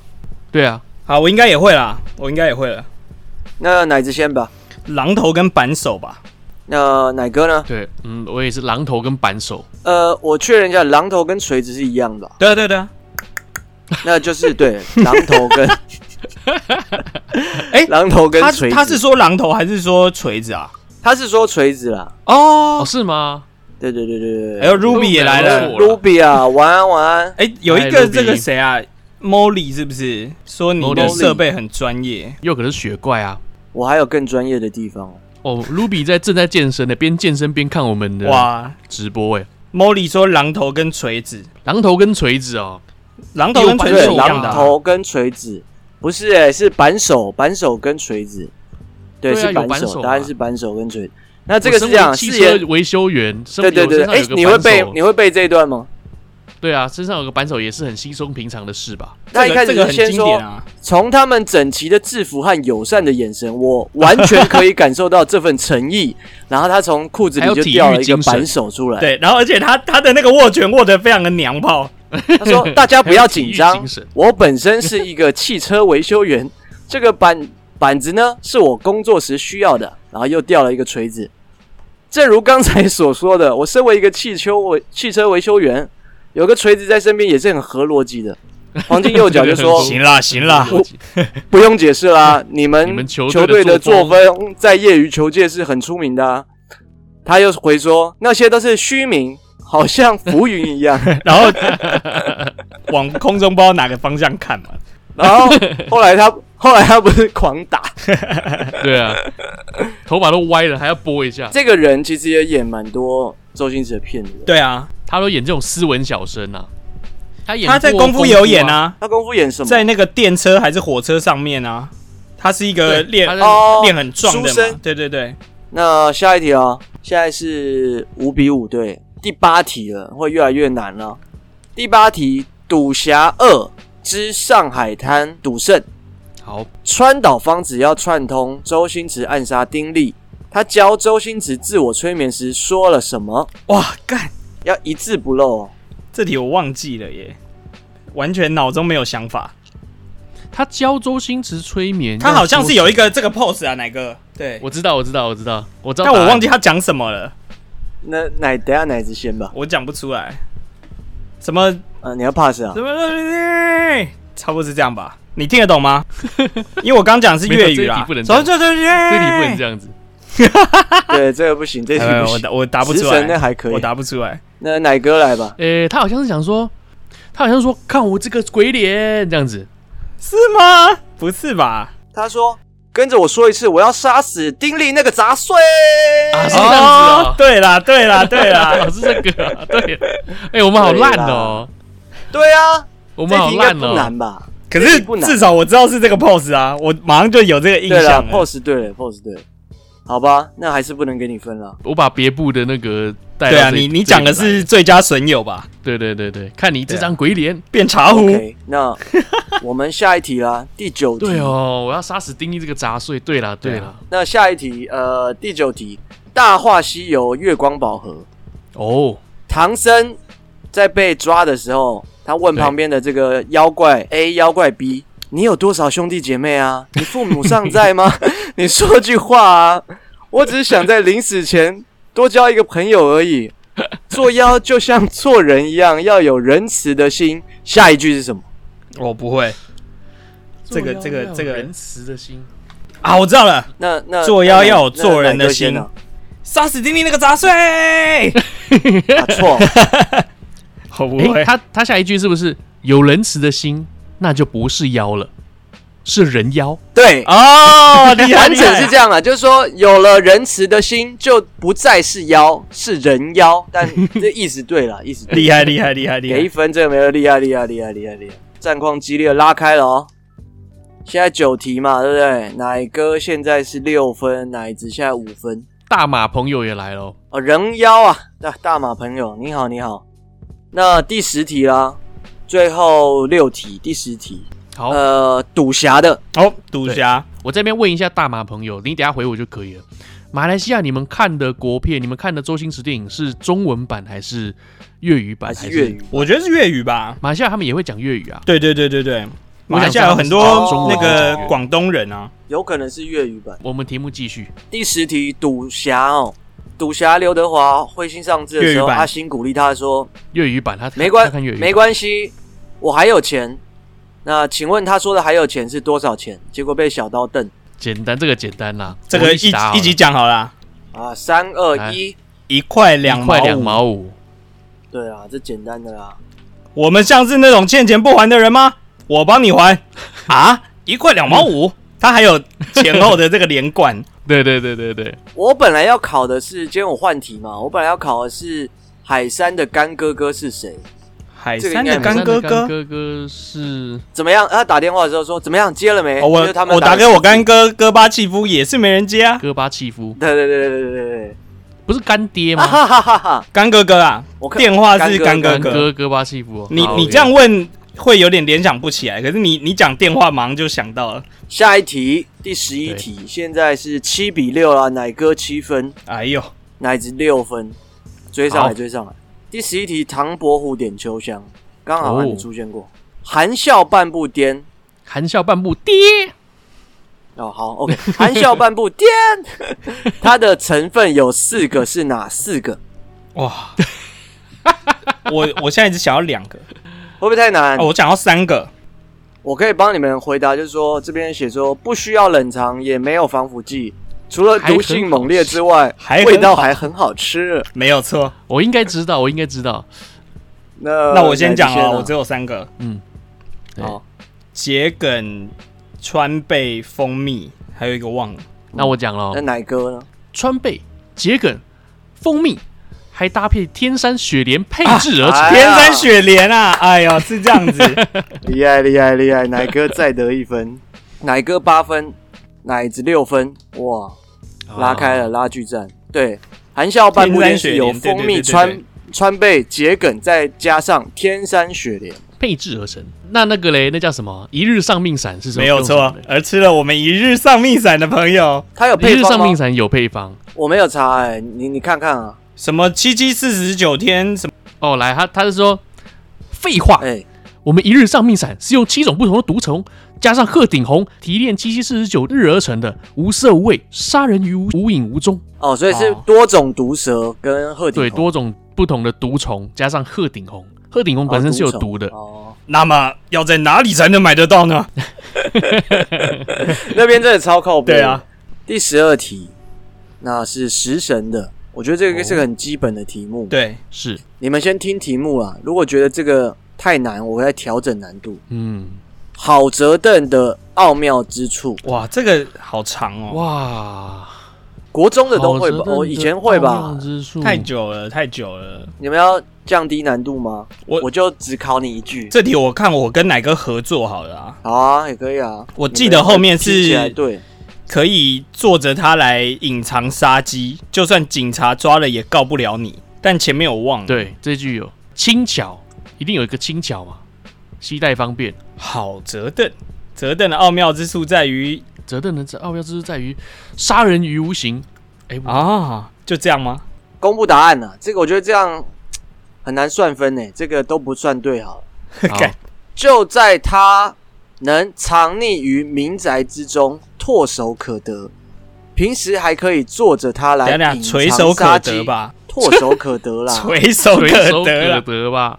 Speaker 3: 对啊，
Speaker 2: 好，我应该也会啦，我应该也会了。
Speaker 1: 那奶子先吧，
Speaker 2: 榔头跟扳手吧，
Speaker 1: 那奶哥呢？
Speaker 3: 对，嗯，我也是榔头跟扳手，
Speaker 1: 呃，我确认一下，榔头跟锤子是一样的，
Speaker 2: 对啊对啊对啊，
Speaker 1: 那就是对榔头跟，
Speaker 2: 哎
Speaker 1: 榔头跟
Speaker 2: 他
Speaker 1: 锤
Speaker 2: 是
Speaker 1: 子，
Speaker 2: 他是说榔头还是说锤子啊？
Speaker 1: 他是说锤子啦，
Speaker 3: 哦，
Speaker 2: 哦，
Speaker 3: 是吗？
Speaker 1: 对对对对
Speaker 3: 哎
Speaker 2: 还
Speaker 1: 对
Speaker 2: 有哎 Ruby 也来
Speaker 1: 对。
Speaker 2: 了，
Speaker 3: Ruby
Speaker 1: 卢比啊，晚安晚安，
Speaker 2: 哎，有一
Speaker 3: 嗨
Speaker 2: 个
Speaker 3: ，Ruby
Speaker 2: 这个谁啊，Molly 是不是说你的
Speaker 3: Molly
Speaker 2: 设备很专业？
Speaker 3: 又可能是雪怪啊。
Speaker 1: 我还有更专业的地方哦。
Speaker 3: 哦，Ruby 在正在健身呢，边健身边看我们的
Speaker 2: 哇
Speaker 3: 直播哎。
Speaker 2: ，Molly 说榔头跟锤子，
Speaker 3: 榔头跟锤子哦，
Speaker 2: 榔头跟锤
Speaker 1: 对，
Speaker 2: 子一样的
Speaker 1: 榔
Speaker 2: 啊，
Speaker 1: 头跟锤子不是哎、是扳手，扳手跟锤子，对，
Speaker 3: 对啊
Speaker 1: 是
Speaker 3: 有
Speaker 1: 扳
Speaker 3: 扳
Speaker 1: 手，
Speaker 3: 手
Speaker 1: 答
Speaker 3: 嘛
Speaker 1: 案是扳手跟锤子。那这个
Speaker 3: 我
Speaker 1: 是
Speaker 3: 身为
Speaker 1: 这样，
Speaker 3: 汽
Speaker 1: 四
Speaker 3: 车
Speaker 1: 眼，
Speaker 3: 维修员，身
Speaker 1: 对
Speaker 3: 为
Speaker 1: 对
Speaker 3: 我
Speaker 1: 对，
Speaker 3: 身上
Speaker 1: 哎、
Speaker 3: 有个
Speaker 1: 你会
Speaker 3: 扳手
Speaker 1: 背你会背这一段吗？
Speaker 3: 对啊，身上有个扳手也是很稀松平常的事吧？
Speaker 1: 他一开
Speaker 2: 这
Speaker 1: 始
Speaker 2: 个
Speaker 1: 是
Speaker 2: 很
Speaker 1: 先
Speaker 2: 经
Speaker 1: 说
Speaker 2: 典，啊。
Speaker 1: 从他们整齐的制服和友善的眼神，我完全可以感受到这份诚意。然后他从裤子里
Speaker 3: 还有
Speaker 1: 就
Speaker 3: 体育
Speaker 1: 掉了一个
Speaker 3: 精神
Speaker 1: 扳手出来，
Speaker 2: 对，然后而且他他的那个握拳握得非常的娘炮，
Speaker 1: 他 说：“大家不要紧
Speaker 3: 很有体育
Speaker 1: 张
Speaker 3: 精神，
Speaker 1: 我本身是一个汽车维修员， 这个板板子呢是我工作时需要的。”然后又掉了一个锤子。正如刚才所说的，我身为一个汽车维汽车维修员，有个锤子在身边也是很合逻辑的。黄金右脚就 说：“
Speaker 2: 行啦行啦，
Speaker 1: 我不用解释啦，你们
Speaker 3: 你们球队
Speaker 1: 球
Speaker 3: 的
Speaker 1: 队的
Speaker 3: 作
Speaker 1: 作风在业余球界是很出名的、啊。他又回说那些都是虚名，好像浮云一样。
Speaker 2: 然后往空中不知道哪个方向看嘛，
Speaker 1: 然后后来他后来他不是狂打
Speaker 3: 对啊，头发都歪了，还要拨一下。
Speaker 1: 这个人，其实也演蛮多周星驰的片子的。
Speaker 2: 对啊，
Speaker 3: 他都演这种斯文小生啊，他演
Speaker 2: 他在
Speaker 3: 过
Speaker 2: 功夫有演
Speaker 3: 啊，
Speaker 2: 啊，
Speaker 1: 他功夫演什么？
Speaker 2: 在那个电车还是火车上面啊，他是一个
Speaker 3: 对
Speaker 2: 练
Speaker 3: 他在
Speaker 1: 哦
Speaker 2: 练很壮
Speaker 1: 书
Speaker 2: 的嘛
Speaker 1: 生，
Speaker 2: 对对对，
Speaker 1: 那下一题哦，现在是五比五对，第八题了，会越来越难了。第八题，《赌侠二之上海滩赌圣》。
Speaker 3: 啊好，
Speaker 1: 川岛芳子要串通周星驰暗杀丁力，他教周星驰自我催眠时说了什么？
Speaker 2: 哇干，
Speaker 1: 要一字不漏哦。
Speaker 2: 这题我忘记了耶，完全脑中没有想法，
Speaker 3: 他教周星驰催眠，
Speaker 2: 他好像是有一
Speaker 3: 个，
Speaker 2: 个这个 pose 啊，哪个？对，
Speaker 3: 我知道，我知道，我知道，我知道，
Speaker 2: 但我忘记，他讲什么了，
Speaker 1: 那奶等一下奶子先吧，
Speaker 2: 我讲不出来，什么
Speaker 1: 呃，你要 pass 啊
Speaker 2: 什？么？差不多是这样吧？你听得懂 吗？因为我刚讲的是粤语
Speaker 3: 没有这一
Speaker 2: 啦
Speaker 3: 题不，能
Speaker 2: 走走走，这
Speaker 3: 这题不能这样子，
Speaker 1: 对，这个不行，这题
Speaker 2: 哎
Speaker 1: 不
Speaker 2: 我
Speaker 1: 行。
Speaker 2: 答我答不
Speaker 1: 食
Speaker 2: 出
Speaker 1: 神那
Speaker 2: 来，
Speaker 1: 还可
Speaker 2: 我
Speaker 1: 以，
Speaker 2: 答不出来。
Speaker 1: 那奶哥来吧。
Speaker 3: 诶，他好像是想说，他好像说看我这个鬼脸这样子，
Speaker 2: 是吗？不是吧？
Speaker 1: 他说：“跟着我说一次，我要杀死丁力那个杂碎。
Speaker 3: 啊是这样子啊
Speaker 2: 哦对啦，对 啦，对
Speaker 3: 老
Speaker 2: 啦，
Speaker 3: 是这个啊，对，哎，我们好烂哦，
Speaker 1: 对啊，
Speaker 3: 我
Speaker 1: 我
Speaker 3: 们好
Speaker 1: 应该
Speaker 3: 烂
Speaker 1: 不
Speaker 3: 哦，
Speaker 1: 难吧？
Speaker 2: 可
Speaker 1: 这
Speaker 2: 是
Speaker 1: 题不难
Speaker 2: 至少我知道是这个 pose 啊，我马上就有这个印
Speaker 1: 对了
Speaker 2: 象
Speaker 3: 欸
Speaker 2: 了。
Speaker 1: ，pose 对了，pose 对了，好吧，那还是不能给你分了。
Speaker 3: 我把别部的那个带到
Speaker 2: 对啊，
Speaker 3: 这
Speaker 2: 你你
Speaker 3: 这
Speaker 2: 讲的
Speaker 3: 里来，
Speaker 2: 是最佳损友吧？
Speaker 3: 对对对对，看你这张鬼脸，
Speaker 2: 变茶壶，
Speaker 1: OK，那我们下一题啦，第九题。
Speaker 3: 对哦，我要杀死丁一这个杂碎，对啦对
Speaker 2: 啊对
Speaker 3: 啦
Speaker 2: 啊，
Speaker 1: 那下一题，呃，第九题，《大话西游》月光宝盒，
Speaker 3: 哦，
Speaker 1: 唐僧在被抓的时候，他问
Speaker 3: 对
Speaker 1: 旁边的这个妖怪 A、妖怪 B：“ 你有多少兄弟姐妹啊？你父母尚在吗？你说句话啊！我只是想在临死前多交一个朋友而已。做妖就像做人一样，要有仁慈的心。”下一句是什么？
Speaker 2: 我不会这个
Speaker 3: 做妖
Speaker 2: 这个
Speaker 3: 要有
Speaker 2: 这个
Speaker 3: 仁慈的心，
Speaker 2: 啊，我知道了，
Speaker 1: 那那
Speaker 2: 做妖要有
Speaker 1: 那
Speaker 2: 做人
Speaker 1: 那哪
Speaker 2: 的
Speaker 1: 个先
Speaker 2: 心
Speaker 1: 啊
Speaker 2: 杀死丁丁那个杂 碎，
Speaker 1: 啊错，
Speaker 2: 我不
Speaker 3: 诶，
Speaker 2: 会，
Speaker 3: 他他下一句是不是有仁慈的心，那就不是妖了，是人妖？
Speaker 1: 对
Speaker 2: 哦， 厉害
Speaker 1: 完整是这样啊，就是说有了仁慈的心，就不再是妖，是人妖。但这意思对了，意思对
Speaker 2: 厉害厉害厉害厉
Speaker 1: 给一
Speaker 2: 害！
Speaker 1: 分，这个没有啊厉害，厉害，厉害，厉害，厉害！战况激烈，拉开了哦。现在九题嘛，对不对？奶哥现在是六分，奶子现在五分。
Speaker 3: 大马朋友也来了，
Speaker 1: 哦，人妖啊，大大马朋友，你好，你好。那第十题啦，最后六题，第十题，
Speaker 3: 好，
Speaker 1: 呃，赌侠的
Speaker 2: 哦，赌侠，
Speaker 3: 我这边问一下大马朋友，你等一下回我就可以了。马来西亚，你们看的国片，你们看的周星驰电影是中文版还是粤语版？
Speaker 1: 还是粤语？
Speaker 2: 我觉得是粤语吧。
Speaker 3: 马来西亚他们也会讲粤语啊。
Speaker 2: 对对对对对，
Speaker 3: 我
Speaker 2: 马来
Speaker 3: 想
Speaker 2: 西亚有很多
Speaker 1: 中文
Speaker 2: 那个
Speaker 3: 中文
Speaker 2: 广东人啊，
Speaker 1: 有可能是粤语版。
Speaker 3: 我们题目继续，
Speaker 1: 第十题赌侠哦，赌侠刘德华彗星上志的时
Speaker 2: 粤
Speaker 1: 候，
Speaker 2: 语版
Speaker 1: 阿星鼓励他说
Speaker 3: 粤语版他：“
Speaker 1: 没
Speaker 3: 他
Speaker 1: 关
Speaker 3: 看粤语版
Speaker 1: 没关系，我还有钱。”那请问他说的还有钱是多少钱？结果被小刀瞪
Speaker 3: 简单，这个简单啦。
Speaker 2: 这个
Speaker 3: 我
Speaker 2: 一
Speaker 3: 一起打好了哦
Speaker 2: 一集讲好啦，
Speaker 1: 啊，三二
Speaker 3: 哎
Speaker 1: 一，
Speaker 2: 一块两
Speaker 3: 一
Speaker 2: 毛
Speaker 3: 块
Speaker 2: 五
Speaker 3: 两毛五，
Speaker 1: 对啊，这简单的啦。
Speaker 2: 我们像是那种欠钱不还的人吗？我帮你还啊，一块两毛五，他还有前后的这个连贯，
Speaker 3: 对对对对对，
Speaker 1: 我本来要考的是，今天我换题嘛，我本来要考的是海山的干哥哥是谁？
Speaker 2: 海
Speaker 1: 这个
Speaker 2: 山
Speaker 1: 应该
Speaker 2: 的干哥哥。
Speaker 3: 哥哥是
Speaker 1: 怎么样？他打电话的时候说怎么样？接了没？
Speaker 2: 哦，我
Speaker 1: 就是他们
Speaker 2: 我打
Speaker 1: 打
Speaker 2: 给
Speaker 1: 的
Speaker 2: 我干哥哥巴契夫也是没人接啊，
Speaker 3: 戈巴契夫，
Speaker 1: 对对对对对对对，
Speaker 3: 不是干爹
Speaker 1: 啊
Speaker 3: 吗？
Speaker 1: 哈哈哈哈！
Speaker 2: 干哥哥啊
Speaker 1: 我，看
Speaker 2: 电话是
Speaker 1: 干
Speaker 2: 干
Speaker 1: 哥
Speaker 2: 哥
Speaker 3: 干
Speaker 2: 哥。
Speaker 3: 哥戈巴契夫哦，
Speaker 2: 你
Speaker 3: 好
Speaker 2: 你这样问会有点联想不起来，可是你你讲电话马上就想到了。
Speaker 1: 下一题，第十一
Speaker 3: 对
Speaker 1: 题，现在是七比六啦，奶哥七分，
Speaker 2: 哎呦，
Speaker 1: 乃至六分，追上来，
Speaker 3: 好
Speaker 1: 追上来。第十一题，唐伯虎点秋香，刚好
Speaker 3: 哦
Speaker 1: 你出现过。含笑半步颠，
Speaker 3: 含笑半步跌，
Speaker 1: 哦，好，OK，含 笑半步颠， 它的成分有四个，是哪四个？
Speaker 2: 哇， 我我现在只想要两 个，
Speaker 1: 会不会太难？
Speaker 2: 哦，我想要三个。
Speaker 1: 我可以帮你们回答，就是说这边写说不需要冷藏，也没有防腐剂，除了毒性猛烈之外，
Speaker 2: 还很好吃
Speaker 1: 味道还很好吃。
Speaker 2: 没有错，
Speaker 3: 我应该知道，我应该知道。
Speaker 1: 那
Speaker 2: 那我先讲
Speaker 1: 了，
Speaker 2: 啊，我只有三个：
Speaker 3: 对
Speaker 1: 好
Speaker 2: 桔梗、川贝、蜂蜜，还有一个忘了。
Speaker 3: 那我讲了
Speaker 1: 那，奶哥呢？
Speaker 3: 川贝、桔梗、蜂蜜，还搭配天山雪莲配制而
Speaker 1: 哎
Speaker 3: 成。
Speaker 2: 天
Speaker 1: 呀
Speaker 2: 山雪莲啊，哎呦，是这样子。
Speaker 1: 厉害厉害厉害，奶哥再得一 分，奶哥八分，奶子六分，哇，
Speaker 2: 啊
Speaker 1: 拉开了拉锯战。对，含笑半步颠
Speaker 2: 天山雪
Speaker 1: 是
Speaker 2: 莲
Speaker 1: 有蜂
Speaker 2: 对对对
Speaker 1: 蜜
Speaker 2: 对对
Speaker 1: 川川贝桔梗，再加上天山雪莲。
Speaker 3: 配制而成。那那个嘞，那叫什么？一日丧命散是什么？
Speaker 2: 没有
Speaker 3: 用什
Speaker 2: 错啊
Speaker 3: 么的。
Speaker 2: 而吃了我们一日丧命散的朋友，
Speaker 1: 它有
Speaker 3: 一
Speaker 1: 配
Speaker 3: 日
Speaker 1: 方
Speaker 3: 丧
Speaker 1: 吗
Speaker 3: 命？散有配方
Speaker 1: 我没有查哎、你你看看啊，
Speaker 2: 什么七七四十九天，什么
Speaker 3: 哦。来，他他是说，废
Speaker 2: 啊
Speaker 3: 话，
Speaker 1: 哎、
Speaker 3: 我们一日丧命散是由七种不同的毒虫加上鹤顶红提炼七七四十九日而成的，无色无味，杀人于无无影无踪。
Speaker 1: 哦，所以是
Speaker 2: 哦
Speaker 1: 多种毒蛇跟鹤顶
Speaker 3: 对，
Speaker 1: 红哦
Speaker 3: 多种不同的毒虫加上鹤顶红，鹤顶红本身是有毒的，
Speaker 1: 哦。
Speaker 2: 那么要在哪里才能买得到呢？
Speaker 1: 那边真的超靠背。
Speaker 2: 对啊，
Speaker 1: 第十二题，那是食神的，我觉得这个是个很基本的题目。，
Speaker 2: 对，
Speaker 3: 是，
Speaker 1: 你们先听题目啊，如果觉得这个太难，我会再调整难度。
Speaker 3: 嗯，
Speaker 1: 好折凳的奥妙之处，
Speaker 2: 哇，这个好长哦，
Speaker 3: 哇，
Speaker 1: 国中的都会吧
Speaker 3: 好？折
Speaker 1: 我、
Speaker 3: 凳
Speaker 1: 以前会
Speaker 3: 奥
Speaker 1: 吧
Speaker 3: 妙？之术
Speaker 2: 太久了，太久了。
Speaker 1: 你们要降低难度吗？
Speaker 2: 我
Speaker 1: 我就只考你一句。
Speaker 2: 这题我看我跟奶哥合作好了啊，
Speaker 1: 好啊，也可以啊。
Speaker 2: 我记得后面是
Speaker 1: 你们拼起来对，
Speaker 2: 可以坐着它来隐藏杀机，就算警察抓了也告不了你。但前面我忘了，，
Speaker 3: 对，这句有轻巧，一定有一个轻巧嘛，携带方便。
Speaker 2: 好折凳，折凳的奥妙之处在于
Speaker 3: 折凳的哦这奥妙之处在于杀人于无形。哎、啊，
Speaker 2: 啊，就这样吗？
Speaker 1: 公布答案啊。这个我觉得这样很难算分呢、这个都不算对啊好了。
Speaker 3: 好
Speaker 2: 干
Speaker 1: 就在他能藏匿于民宅之中，唾手可得。平时还可以坐着它来
Speaker 2: 等一下
Speaker 1: 隐
Speaker 2: 垂
Speaker 1: 藏
Speaker 2: 手
Speaker 1: 杀
Speaker 2: 可
Speaker 1: 机
Speaker 2: 得，吧，
Speaker 1: 唾手可得啦，
Speaker 2: 垂 手
Speaker 3: 垂手
Speaker 2: 可得
Speaker 3: 可
Speaker 2: 啦，
Speaker 3: 得吧？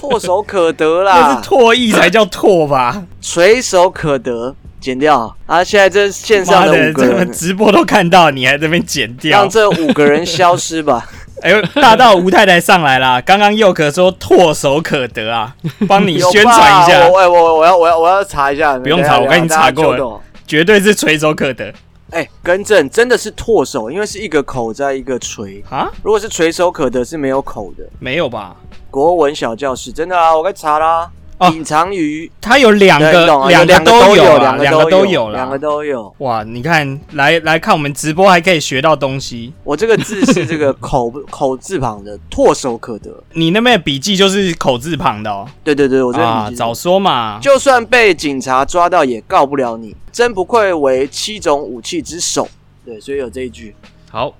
Speaker 1: 唾手可得
Speaker 2: 那
Speaker 1: 啦
Speaker 2: 是，唾液才叫 唾吧？
Speaker 1: 垂手可得，剪掉啊！现在这线上
Speaker 2: 妈
Speaker 1: 的
Speaker 2: 的，
Speaker 1: 五个
Speaker 2: 怎么
Speaker 1: 人，
Speaker 2: 直播都看到，你还这边剪掉
Speaker 1: 让？这五个人消失吧。
Speaker 2: 哎呦，大到吴太太上来啦！刚刚佑可说唾手可得啊， 帮 你
Speaker 1: 有吧
Speaker 2: 宣传一下
Speaker 1: 我，哎，我我要我要我要查一下，
Speaker 2: 不用查
Speaker 1: 等一下
Speaker 2: 我跟你查过。
Speaker 1: 大家
Speaker 2: 了
Speaker 1: 久等
Speaker 2: 绝对是垂手可得
Speaker 1: 哎，更正，真的是唾手，因为是一个口在一个垂，
Speaker 2: 啊？
Speaker 1: 如果是垂手可得是没有口的。
Speaker 2: 没有吧？
Speaker 1: 国文小教室，真的啊，我该查啦。
Speaker 2: 哦
Speaker 1: 隐藏于
Speaker 2: 他有两
Speaker 1: 对你懂
Speaker 2: 个，
Speaker 1: 啊有两
Speaker 2: 个
Speaker 1: 个都
Speaker 2: 有啦，
Speaker 1: 两
Speaker 2: 两
Speaker 1: 个都
Speaker 2: 个都有
Speaker 1: 两个
Speaker 2: 啦。
Speaker 1: 都有。
Speaker 2: 哇，你看，来来看我们直播还可以学到东西。
Speaker 1: 我这个字是这个口口字旁的，唾手可得。
Speaker 2: 你那边的笔记就是口字旁的哦。
Speaker 1: 对对对，我这个
Speaker 2: 啊，
Speaker 1: 笔记
Speaker 2: 早说嘛！
Speaker 1: 就算被警察抓到也告不了你，真不愧为七种武器之首。对，所以有这一句。
Speaker 3: 好，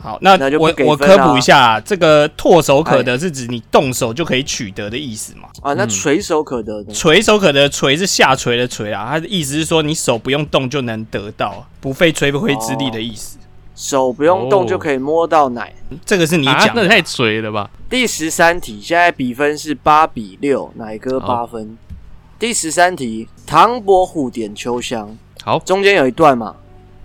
Speaker 2: 好，那
Speaker 1: 那就不
Speaker 2: 我
Speaker 1: 给
Speaker 2: 我
Speaker 1: 分
Speaker 2: 科
Speaker 1: 啦哎
Speaker 2: 普一下啊，这个唾手可得是指你动手就可以取得的意思嘛？
Speaker 1: 啊，那
Speaker 3: 嗯
Speaker 1: 垂手可得呢？
Speaker 2: 垂手可得，垂是下垂的垂啦，它的意思是说你手不用动就能得到，不费吹灰之力的意思。
Speaker 1: 手不用动
Speaker 3: 哦
Speaker 1: 就可以摸到奶。
Speaker 2: 这个是你
Speaker 3: 啊
Speaker 2: 讲
Speaker 3: 那
Speaker 2: 的，
Speaker 3: 太垂了吧？
Speaker 1: 第十三题，现在比分是八比六，奶哥八
Speaker 3: 好
Speaker 1: 分。第十三题，唐伯虎点秋香，
Speaker 3: 好，
Speaker 1: 中间有一段嘛，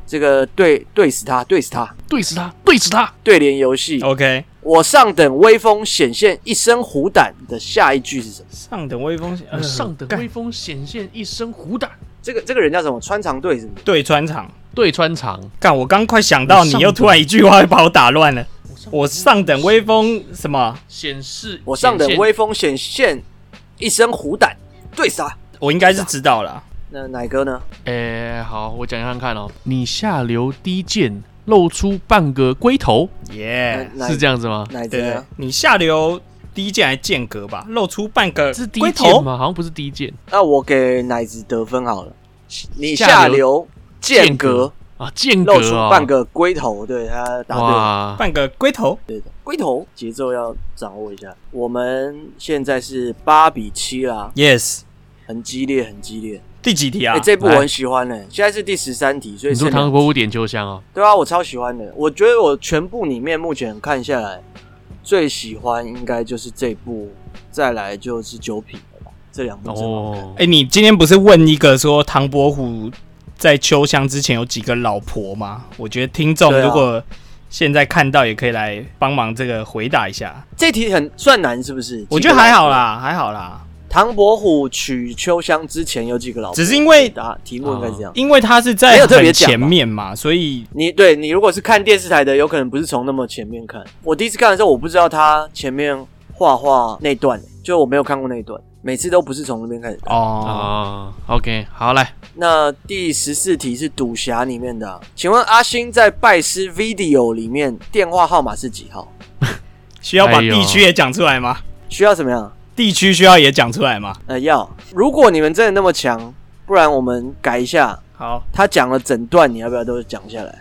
Speaker 1: 这个对对死他，对死他，
Speaker 3: 对死他，对死他，
Speaker 1: 对联游戏，
Speaker 3: 哦
Speaker 2: OK，
Speaker 1: 我上等威风显现一身虎胆的下一句是什么？
Speaker 2: 上等威风，呃
Speaker 3: 呃上等
Speaker 2: 干
Speaker 3: 威风显现一身虎胆，
Speaker 1: 这个这个人叫什么？穿肠队是不是？
Speaker 2: 对穿场。
Speaker 3: 对穿肠。
Speaker 2: 干，我刚快想到，
Speaker 3: 我
Speaker 2: 你
Speaker 3: 上
Speaker 2: 又
Speaker 3: 等
Speaker 2: 突然一句话就把我打乱了。我
Speaker 3: 上
Speaker 2: 上等威风什么？
Speaker 3: 显示，
Speaker 1: 我上等
Speaker 3: 显现
Speaker 1: 威风显现一身虎胆，对啥？
Speaker 2: 我应该是知道了。
Speaker 1: 那奶哥呢？
Speaker 3: 诶、好，我讲看看哦。你下流低贱，露出半个龟头，
Speaker 2: 耶、
Speaker 1: 奶
Speaker 3: 是这样子吗？
Speaker 1: 奶哥
Speaker 2: 对对
Speaker 1: 呢？，
Speaker 2: 你下流低贱还间隔吧，露出半个
Speaker 3: 是低
Speaker 2: 龟头
Speaker 3: 贱吗？好像不是低贱。
Speaker 1: 那我给奶子得分好了。你
Speaker 3: 下
Speaker 1: 下
Speaker 3: 流
Speaker 1: 流
Speaker 3: 间
Speaker 1: 间隔
Speaker 3: 啊，间隔
Speaker 1: 露出
Speaker 3: 哦
Speaker 1: 半个啊龟头，对他答对了，
Speaker 3: 哇，
Speaker 2: 半个龟头，
Speaker 1: 对的，龟头节奏要掌握一下。我们现在是八比七啦，
Speaker 2: Yes，
Speaker 1: 很激烈，很激烈。
Speaker 2: 第几题啊？
Speaker 1: 哎、这部我
Speaker 3: 来
Speaker 1: 很喜欢呢、欸现在是第十三题，所以
Speaker 3: 你
Speaker 1: 是
Speaker 3: 说唐伯虎点秋香哦，
Speaker 1: 对啊，我超喜欢的。我觉得我全部里面目前看下来，最喜欢应该就是这部，再来就是九品了吧，这两部真的好看。
Speaker 3: 哦
Speaker 2: 哎、，你今天不是问一个说唐伯虎在秋香之前有几个老婆吗？我觉得听众
Speaker 1: 对啊
Speaker 2: 如果现在看到，也可以来帮忙这个回答一下。
Speaker 1: 这题很算难，是不是？
Speaker 2: 我觉得还好。啦，还好啦，
Speaker 1: 唐伯虎娶秋香之前有几个老婆？
Speaker 2: 只是因为啊
Speaker 1: 答题目应该是这样。
Speaker 2: 因为他是
Speaker 1: 哦没
Speaker 2: 在
Speaker 1: 有特别
Speaker 2: 很
Speaker 1: 讲吧
Speaker 2: 前面嘛，所以
Speaker 1: 你对你如果是看电视台的，有可能不是从那么前面看。我第一次看的时候，我不知道他前面画画那段，欸就我没有看过那一段，每次都不是从那边开始看。
Speaker 2: 哦，
Speaker 3: 哦，OK，好来，
Speaker 1: 那第十四题是赌侠里面的啊、请问阿星在拜师 Video 里面电话号码是几号？
Speaker 2: 需要把
Speaker 3: 哎呦
Speaker 2: 地区也讲出来吗？
Speaker 1: 需要怎么样？
Speaker 2: 地区需要也讲出来吗？
Speaker 1: 呃，要。如果你们真的那么强，不然我们改一下。
Speaker 2: 好，
Speaker 1: 他讲了整段，你要不要都讲下来？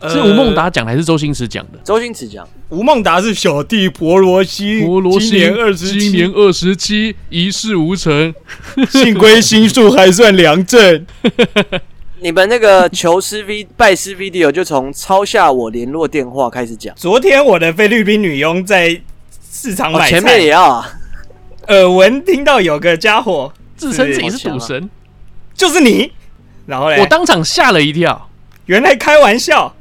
Speaker 2: 呃
Speaker 3: 是吴孟达讲的还是周星驰讲的？
Speaker 1: 周星驰讲，
Speaker 2: 吴孟达是小弟婆罗西，
Speaker 3: 佛罗西
Speaker 2: 今年二十
Speaker 3: 今年
Speaker 2: 七，
Speaker 3: 二十七，一事无成。
Speaker 2: 幸亏心术还算良政。
Speaker 1: 你们那个求师 V 拜师 Video 就从抄下我联络电话开始讲。
Speaker 2: 昨天我的菲律宾女佣在市场
Speaker 1: 哦，
Speaker 2: 买菜，
Speaker 1: 前面也要啊，
Speaker 2: 耳闻听到有个家伙
Speaker 3: 自称自己是赌神，
Speaker 2: 就是你，然后嘞，
Speaker 3: 我当场吓了一跳。
Speaker 2: 原来开玩笑，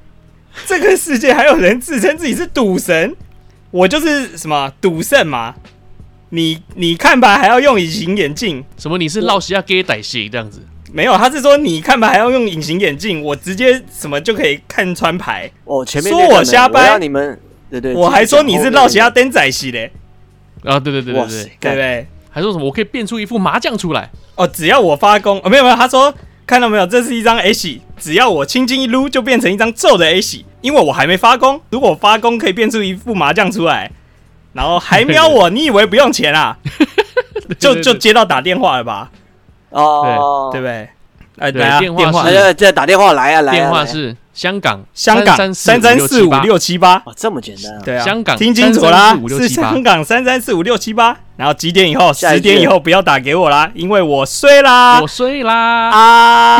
Speaker 2: 这个世界还有人自称自己是赌神，我就是什么赌圣嘛。你你看吧，还要用隐形眼镜？
Speaker 3: 什么？你是老西亚给歹戏这样子？
Speaker 2: 没有，他是说你看吧，还要用隐形眼镜，我直接什么就可以看穿牌。
Speaker 1: 哦，前面
Speaker 2: 说
Speaker 1: 那段
Speaker 2: 我瞎
Speaker 1: 没
Speaker 2: 掰
Speaker 1: 我要你们对对，
Speaker 2: 我还说你是
Speaker 1: 绕
Speaker 2: 绕其他灯仔系嘞，
Speaker 3: 啊，对对对对
Speaker 1: 哇
Speaker 3: 对
Speaker 1: 塞，，
Speaker 2: 对不
Speaker 1: 干
Speaker 2: 对？
Speaker 3: 还说什么我可以变出一副麻将出来？
Speaker 2: 哦，只要我发功，哦，没有没有，他说看到没有，这是一张 H，只要我轻轻一撸就变成一张皱的 H，因为我还没发功，如果我发功可以变出一副麻将出来，然后还瞄我，你以为不用钱啊？就就接到打电话了吧，
Speaker 1: 哦，
Speaker 2: 对不对？哎，
Speaker 3: 对
Speaker 2: 等下
Speaker 3: 电
Speaker 2: 电
Speaker 3: 话
Speaker 1: 哎
Speaker 3: 是
Speaker 1: 呀，这打电话来啊，来啊
Speaker 3: 电话
Speaker 1: 来啊
Speaker 3: 是香港
Speaker 2: 香港
Speaker 3: 三
Speaker 2: 三三
Speaker 3: 四
Speaker 2: 四五六七八，
Speaker 1: 哦，这么简单啊！
Speaker 2: 对啊，
Speaker 3: 香港
Speaker 2: 听清楚啦，
Speaker 3: 3345678
Speaker 2: 是香港三三四五六七八，然后几点以后？
Speaker 1: 下一
Speaker 2: 十
Speaker 1: 句
Speaker 2: 点以后不要打给我啦，因为我睡啦
Speaker 3: 我睡啦。
Speaker 1: 啊，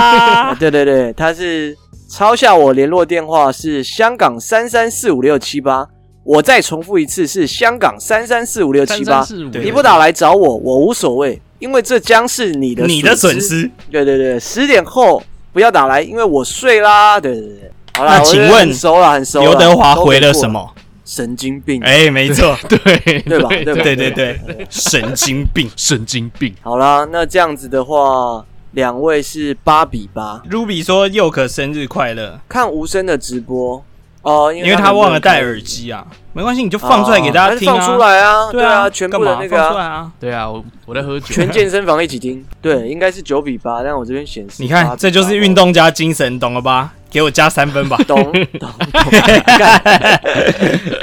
Speaker 2: 啊
Speaker 1: 对对对，他是抄下我联络电话是香港三三四五六七八，我再重复一次是香港三三四五六七八。
Speaker 3: 3345
Speaker 2: 对
Speaker 1: 你不打来找我，我无所谓，因为这将是 你的
Speaker 2: 你的
Speaker 1: 损
Speaker 2: 损。失。
Speaker 1: 对对对，十点后不要打来，因为我睡啦。对对对，好啦，
Speaker 2: 那
Speaker 1: 我觉得
Speaker 2: 请问
Speaker 1: 很熟了，很熟啦
Speaker 2: 刘德华回了
Speaker 1: 都给过
Speaker 2: 什么？
Speaker 1: 神经病，
Speaker 2: 哎、没错，
Speaker 3: 对
Speaker 1: 对吧？吧？
Speaker 2: 对对
Speaker 1: 吧
Speaker 2: 对，神经病。
Speaker 3: 神经病。
Speaker 1: 好啦，那这样子的话，两位是八比八。
Speaker 2: Ruby 说佑可生日快乐，
Speaker 1: 看无声的直播哦、因
Speaker 2: 因为他忘了戴耳，机啊。没关系，你就
Speaker 1: 哦
Speaker 2: 放出来给大家听啊。
Speaker 1: 还是放出来啊，
Speaker 2: 对
Speaker 1: 啊，全部的
Speaker 2: 干嘛
Speaker 1: 那个
Speaker 2: 放出
Speaker 1: 啊、
Speaker 2: 来啊。
Speaker 3: 对啊，我我在喝酒。
Speaker 1: 全健身房一起 听，对，应该是九比八，但我这边显示8比8，啊
Speaker 2: 你看，这就是运动加精神，懂了吧？给我加三分吧
Speaker 1: 。懂懂 懂。干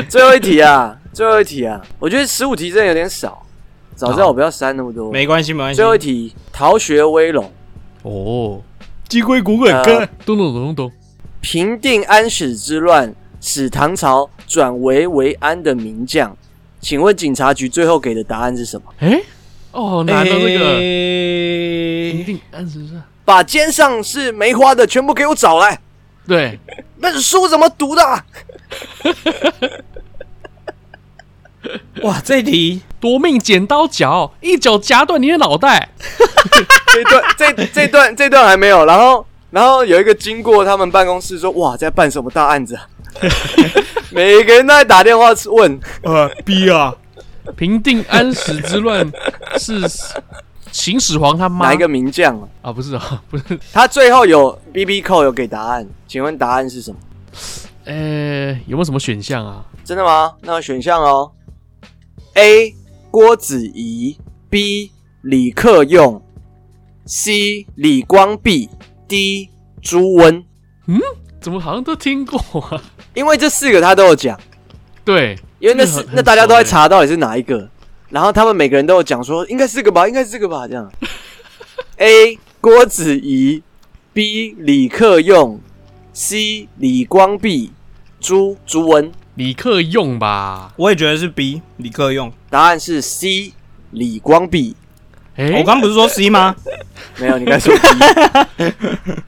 Speaker 1: 最后一题啊，最后一题啊，我觉得十五题真的有点少，早知道我不要删那么多。
Speaker 2: 没关系，没关系。
Speaker 1: 最后一题，逃学威龙。
Speaker 3: 哦，
Speaker 2: 机龟骨滚
Speaker 1: 哥呃
Speaker 3: 咚咚咚咚咚。
Speaker 1: 平定安史之乱，使唐朝转为为安的名将。请问警察局最后给的答案是什么？
Speaker 3: 哎，哦，难到这个一
Speaker 2: 个。
Speaker 3: 定安十是。
Speaker 1: 把肩上是梅花的全部给我找来。
Speaker 3: 对，
Speaker 1: 那书怎么读的啊？
Speaker 2: 哇，这题
Speaker 3: 夺命剪刀脚，一脚夹断你的脑袋。
Speaker 1: 这一 段这这段这段还没有。然后然后有一个经过他们办公室说：“哇，在办什么大案 子、啊？”每个人都在打电话问。
Speaker 2: 呃逼啊，
Speaker 3: 平定安史之乱是秦始皇他妈
Speaker 1: 哪一个名将、啊？
Speaker 3: 啊？不是啊，不是，
Speaker 1: 他最后有 B B 扣有给答案，请问答案是什么？
Speaker 3: 呃，有没有什么选项啊？
Speaker 1: 真的吗？那选项哦，A 郭子仪，B 李克用，C 李光弼，D 朱温。
Speaker 3: 怎么好像都听过啊？
Speaker 1: 因为这四个他都有讲，
Speaker 3: 对，
Speaker 1: 因为那
Speaker 3: 这个
Speaker 1: 是
Speaker 3: 很
Speaker 1: 那大家都在。
Speaker 3: 很熟欸
Speaker 1: 查到底是哪一个，然后他们每个人都有讲说应该是这个吧，应该是这个吧，这样。A 郭子仪，B 李克用 C 李光弼，朱朱文。
Speaker 3: 李克用吧？
Speaker 2: 我也觉得是 B，李克用。
Speaker 1: 答案是 C 李光弼。
Speaker 3: 哎、
Speaker 2: 我刚不是说 C 吗？
Speaker 1: 没有，你该说 B。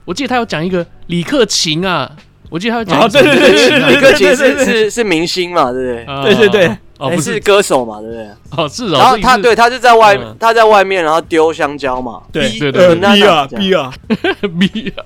Speaker 3: 我记得他有讲一个李克勤啊，我记得他有讲
Speaker 2: 哦对对对对对
Speaker 1: 李克勤
Speaker 2: 对对
Speaker 1: 是
Speaker 2: 对
Speaker 1: 是是明星嘛，对不对？
Speaker 3: 啊
Speaker 2: 对对对
Speaker 3: 哦
Speaker 1: 哎
Speaker 3: 不
Speaker 1: 是
Speaker 3: 是
Speaker 1: 歌手嘛，对不对？
Speaker 3: 哦是哦，
Speaker 1: 然后
Speaker 3: 所以
Speaker 1: 他
Speaker 3: 是
Speaker 1: 对他就在外
Speaker 3: 嗯
Speaker 1: 他在外面，然后丢香蕉嘛。
Speaker 2: 对
Speaker 1: 一
Speaker 3: 对对
Speaker 2: 呃
Speaker 3: 对
Speaker 1: 那
Speaker 2: B 啊
Speaker 1: 那
Speaker 2: B 啊，
Speaker 3: B 啊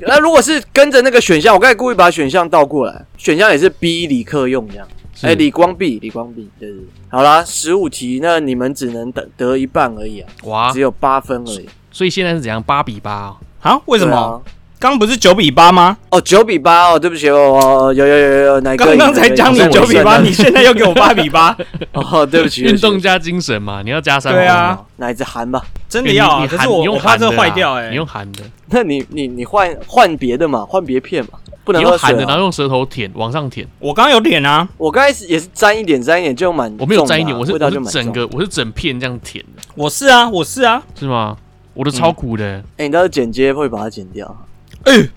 Speaker 1: 那如果是跟着那个选项，我刚才故意把选项倒过来，选项也是 B 李克用这样。
Speaker 3: 是
Speaker 1: 哎，李光弼，李光弼，对对对。好啦，十五题，那你们只能得得一半而已啊，
Speaker 3: 哇
Speaker 1: 只，有八分而已。
Speaker 3: 所以现在是怎样八比八哦，
Speaker 2: 啊？为什
Speaker 1: 对
Speaker 2: 么？
Speaker 1: 啊？
Speaker 2: 刚不是九比八吗？
Speaker 1: 哦，九比八哦，对不起哦，有有有有有，哪个
Speaker 2: 刚
Speaker 1: 赢？
Speaker 2: 刚才讲你
Speaker 1: 哪个赢
Speaker 2: 九比
Speaker 1: 我
Speaker 2: 八，
Speaker 1: 胜了
Speaker 2: 你现在又给我八比八，
Speaker 1: 哦，对不起，对
Speaker 3: 运
Speaker 1: 不起
Speaker 3: 动加精神嘛，你要加三
Speaker 2: 对啊
Speaker 3: 红嘛，
Speaker 1: 奶子含吧。
Speaker 2: 真的
Speaker 3: 你
Speaker 2: 要啊？
Speaker 3: 你
Speaker 2: 可
Speaker 3: 喊
Speaker 2: 是
Speaker 3: 你
Speaker 2: 我
Speaker 3: 用
Speaker 2: 我怕
Speaker 3: 喊
Speaker 2: 这
Speaker 3: 的
Speaker 2: 坏
Speaker 3: 啦
Speaker 2: 掉哎
Speaker 3: 你。用喊的，
Speaker 1: 那你你你换换别的嘛，换别片嘛，不
Speaker 3: 你
Speaker 1: 能
Speaker 3: 用
Speaker 1: 喝
Speaker 3: 喊
Speaker 1: 水
Speaker 3: 的，然
Speaker 1: 啊。
Speaker 3: 后用舌头舔往上舔，
Speaker 2: 我刚刚有点啊，
Speaker 1: 我刚开始也是沾一点，沾一点就蛮重的啊，
Speaker 3: 我没有沾一点，我是
Speaker 1: 味
Speaker 3: 我
Speaker 1: 道就是啊蛮
Speaker 3: 整
Speaker 1: 重。
Speaker 3: 个我是整片这样舔的，
Speaker 2: 我是啊，我是啊，
Speaker 3: 是吗？我的超苦的，
Speaker 1: 哎，你到时候剪接会把它剪掉，
Speaker 2: 哎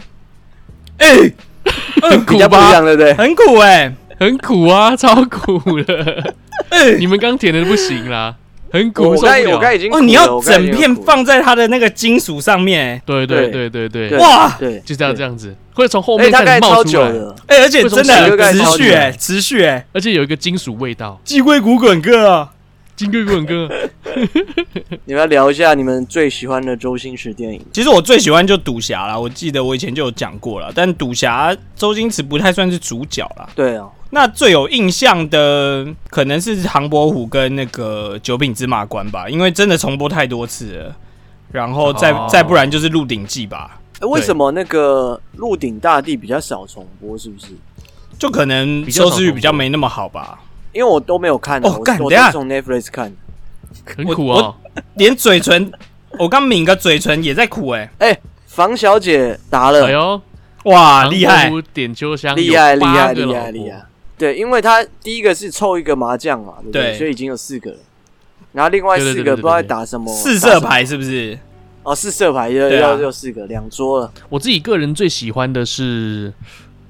Speaker 2: 哎，
Speaker 3: 很
Speaker 1: 嗯比
Speaker 3: 苦
Speaker 1: 较不一
Speaker 3: 吧？
Speaker 1: 样，对不对？
Speaker 2: 很苦哎
Speaker 3: 很苦啊，超苦的。
Speaker 2: 哎
Speaker 3: 你们刚舔的不行啦，很
Speaker 1: 我
Speaker 3: 苦，
Speaker 1: 我
Speaker 3: 受不
Speaker 1: 刚我
Speaker 3: 了。
Speaker 1: 刚已经
Speaker 2: 哦，
Speaker 1: 苦
Speaker 2: 你
Speaker 1: 了
Speaker 2: 要整片，
Speaker 1: 我刚
Speaker 2: 放在它的那个金属上面
Speaker 3: 对对
Speaker 1: 对
Speaker 3: 对对对，
Speaker 1: 已经苦了
Speaker 2: 哇
Speaker 1: 对，
Speaker 3: 就是要这
Speaker 1: 样。
Speaker 3: 样子，会从后
Speaker 1: 哎，
Speaker 3: 面
Speaker 1: 他
Speaker 3: 开
Speaker 1: 盖
Speaker 3: 始
Speaker 1: 超
Speaker 3: 冒
Speaker 1: 久
Speaker 3: 出来，
Speaker 1: 了，
Speaker 2: 哎，而且真
Speaker 1: 么
Speaker 3: 为什
Speaker 2: 的
Speaker 1: 十个
Speaker 2: 持续
Speaker 1: 盖
Speaker 2: 哎，持续哎，
Speaker 3: 而且有一个金属味道。
Speaker 2: 鸡龟骨滚哥啊，
Speaker 3: 金龟滚哥，
Speaker 1: 你们要聊一下你们最喜欢的周星驰电影。
Speaker 2: 其实我最喜欢就赌侠啦，我记得我以前就有讲过了，但赌侠周星驰不太算是主角啦。
Speaker 1: 对啊，
Speaker 2: 那最有印象的可能是唐伯虎跟那个九品芝麻官吧，因为真的重播太多次了。然后再、
Speaker 3: 哦
Speaker 2: 再不然就是《鹿鼎记》吧，
Speaker 1: 哎为什么那个《鹿鼎大帝》比较少重播？是不是？
Speaker 2: 就可能
Speaker 3: 比较少
Speaker 2: 收视率
Speaker 3: 重播
Speaker 2: 比较没那么好吧。
Speaker 1: 因为我都没有看啊，
Speaker 2: 哦
Speaker 1: 我
Speaker 2: 干
Speaker 1: 我
Speaker 2: 等一
Speaker 1: 都
Speaker 2: 下
Speaker 1: 从 Netflix 看的。
Speaker 3: 很苦哦。
Speaker 2: 连嘴唇，我刚抿个嘴唇也在苦哎、
Speaker 1: 哎，房小姐答
Speaker 3: 哎
Speaker 1: 了，
Speaker 3: 呦，
Speaker 2: 哇，啊厉害！
Speaker 3: 唐伯虎点秋香，
Speaker 1: 厉害
Speaker 3: 有
Speaker 1: 厉
Speaker 3: 八
Speaker 1: 害
Speaker 3: 个
Speaker 1: 厉
Speaker 3: 老
Speaker 1: 害
Speaker 3: 婆
Speaker 1: 厉害！。对，因为他第一个是凑一个麻将嘛，对不对？
Speaker 2: 对
Speaker 1: 所以已经有四个了。然后另外四
Speaker 3: 对对对
Speaker 1: 个
Speaker 3: 对对
Speaker 1: 不知道在打什么
Speaker 2: 四色
Speaker 1: 打
Speaker 2: 牌
Speaker 1: 什
Speaker 2: 是不是？
Speaker 1: 么哦，四色牌要
Speaker 2: 对啊
Speaker 1: 要要四个，两桌了。
Speaker 3: 我自己个人最喜欢的是，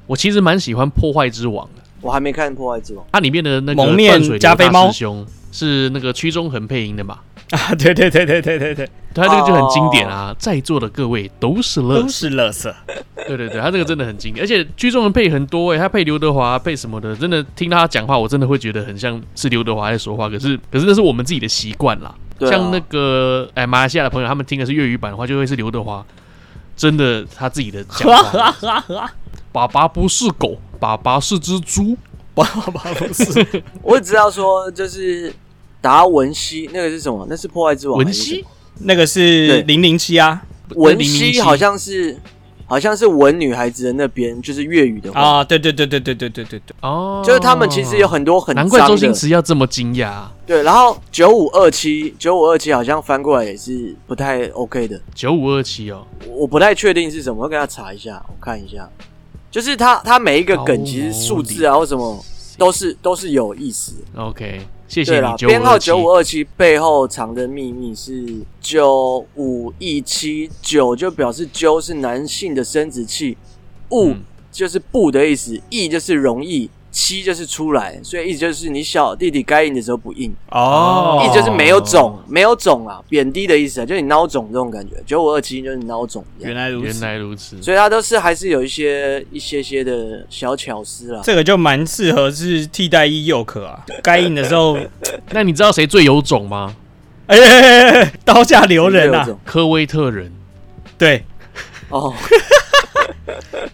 Speaker 3: 我其实蛮喜欢《破坏之王》的，
Speaker 1: 我还没看《破坏之王》，
Speaker 3: 它里面的那个
Speaker 2: 蒙面
Speaker 3: 断水流
Speaker 2: 加菲
Speaker 3: 大
Speaker 2: 猫
Speaker 3: 师兄是那个屈中恒配音的嘛，
Speaker 2: 啊，对对对对对对对，
Speaker 3: 他这个就很经典啊，在座的各位都是乐
Speaker 2: 哦都。是乐色。
Speaker 3: 对对对，他这个真的很经典，而且居中人配很多诶、欸他配刘德华配什么的，真的听他讲话，我真的会觉得很像是刘德华在说话。可是可是那是我们自己的习惯啦，
Speaker 1: 对啊
Speaker 3: 像那个哎马来西亚的朋友，他们听的是粤语版的话，就会是刘德华，真的他自己的讲 话，爸爸不是狗，爸爸是只猪，
Speaker 2: 爸爸不是
Speaker 1: 我只知道说就是达文西那个是什么？那是《破坏之王》
Speaker 3: 文
Speaker 1: 还是什
Speaker 3: 熙
Speaker 1: 么，
Speaker 2: 那个是
Speaker 1: 对
Speaker 2: 零零七啊
Speaker 1: 文
Speaker 3: 熙
Speaker 1: 熙好像是好像是文女孩子的那边，就是粤语的话，
Speaker 2: 啊，对对对对对对对对对，
Speaker 3: 哦，
Speaker 1: 就是他们其实有。很多很
Speaker 3: 难
Speaker 1: 脏
Speaker 3: 怪周星
Speaker 1: 的。
Speaker 3: 驰要这么惊讶，
Speaker 1: 对，然后九五二七九五二七好像翻过来也是不太 OK 的。
Speaker 3: 九五二七哦，
Speaker 1: 我不太确定是什么，我跟他查一下，我看一下。就是他他每一个梗其实数字啊或什么都是都是有意思。
Speaker 3: OK，谢谢
Speaker 1: 对
Speaker 3: 你
Speaker 1: 啦，
Speaker 3: 9527
Speaker 1: 编号九五二七背后藏的秘密是九五一七九，就表示鸠是男性的生殖器，物
Speaker 3: 嗯
Speaker 1: 就是不的意思，易就是容易，七就是出来，所以意思就是你小弟弟该硬的时候不硬，
Speaker 2: 哦，
Speaker 1: 意
Speaker 3: 一
Speaker 1: 思就是没有种，没有种啊，贬低的意思啊，就是你孬种这种感觉。九五二七就是你孬种这样，
Speaker 2: 原来如
Speaker 3: 原
Speaker 2: 此，
Speaker 3: 来如此，
Speaker 1: 所以它都是还是有一些一些些的小巧思啦。
Speaker 2: 这个就蛮适合是替代一佑 可啊，该硬的时候，
Speaker 3: 那你知道谁最有种吗？
Speaker 2: 哎哎哎哎哎，刀下留人
Speaker 1: 有
Speaker 2: 啊
Speaker 1: 这，种
Speaker 3: 科威特人，
Speaker 2: 对，
Speaker 1: 哦，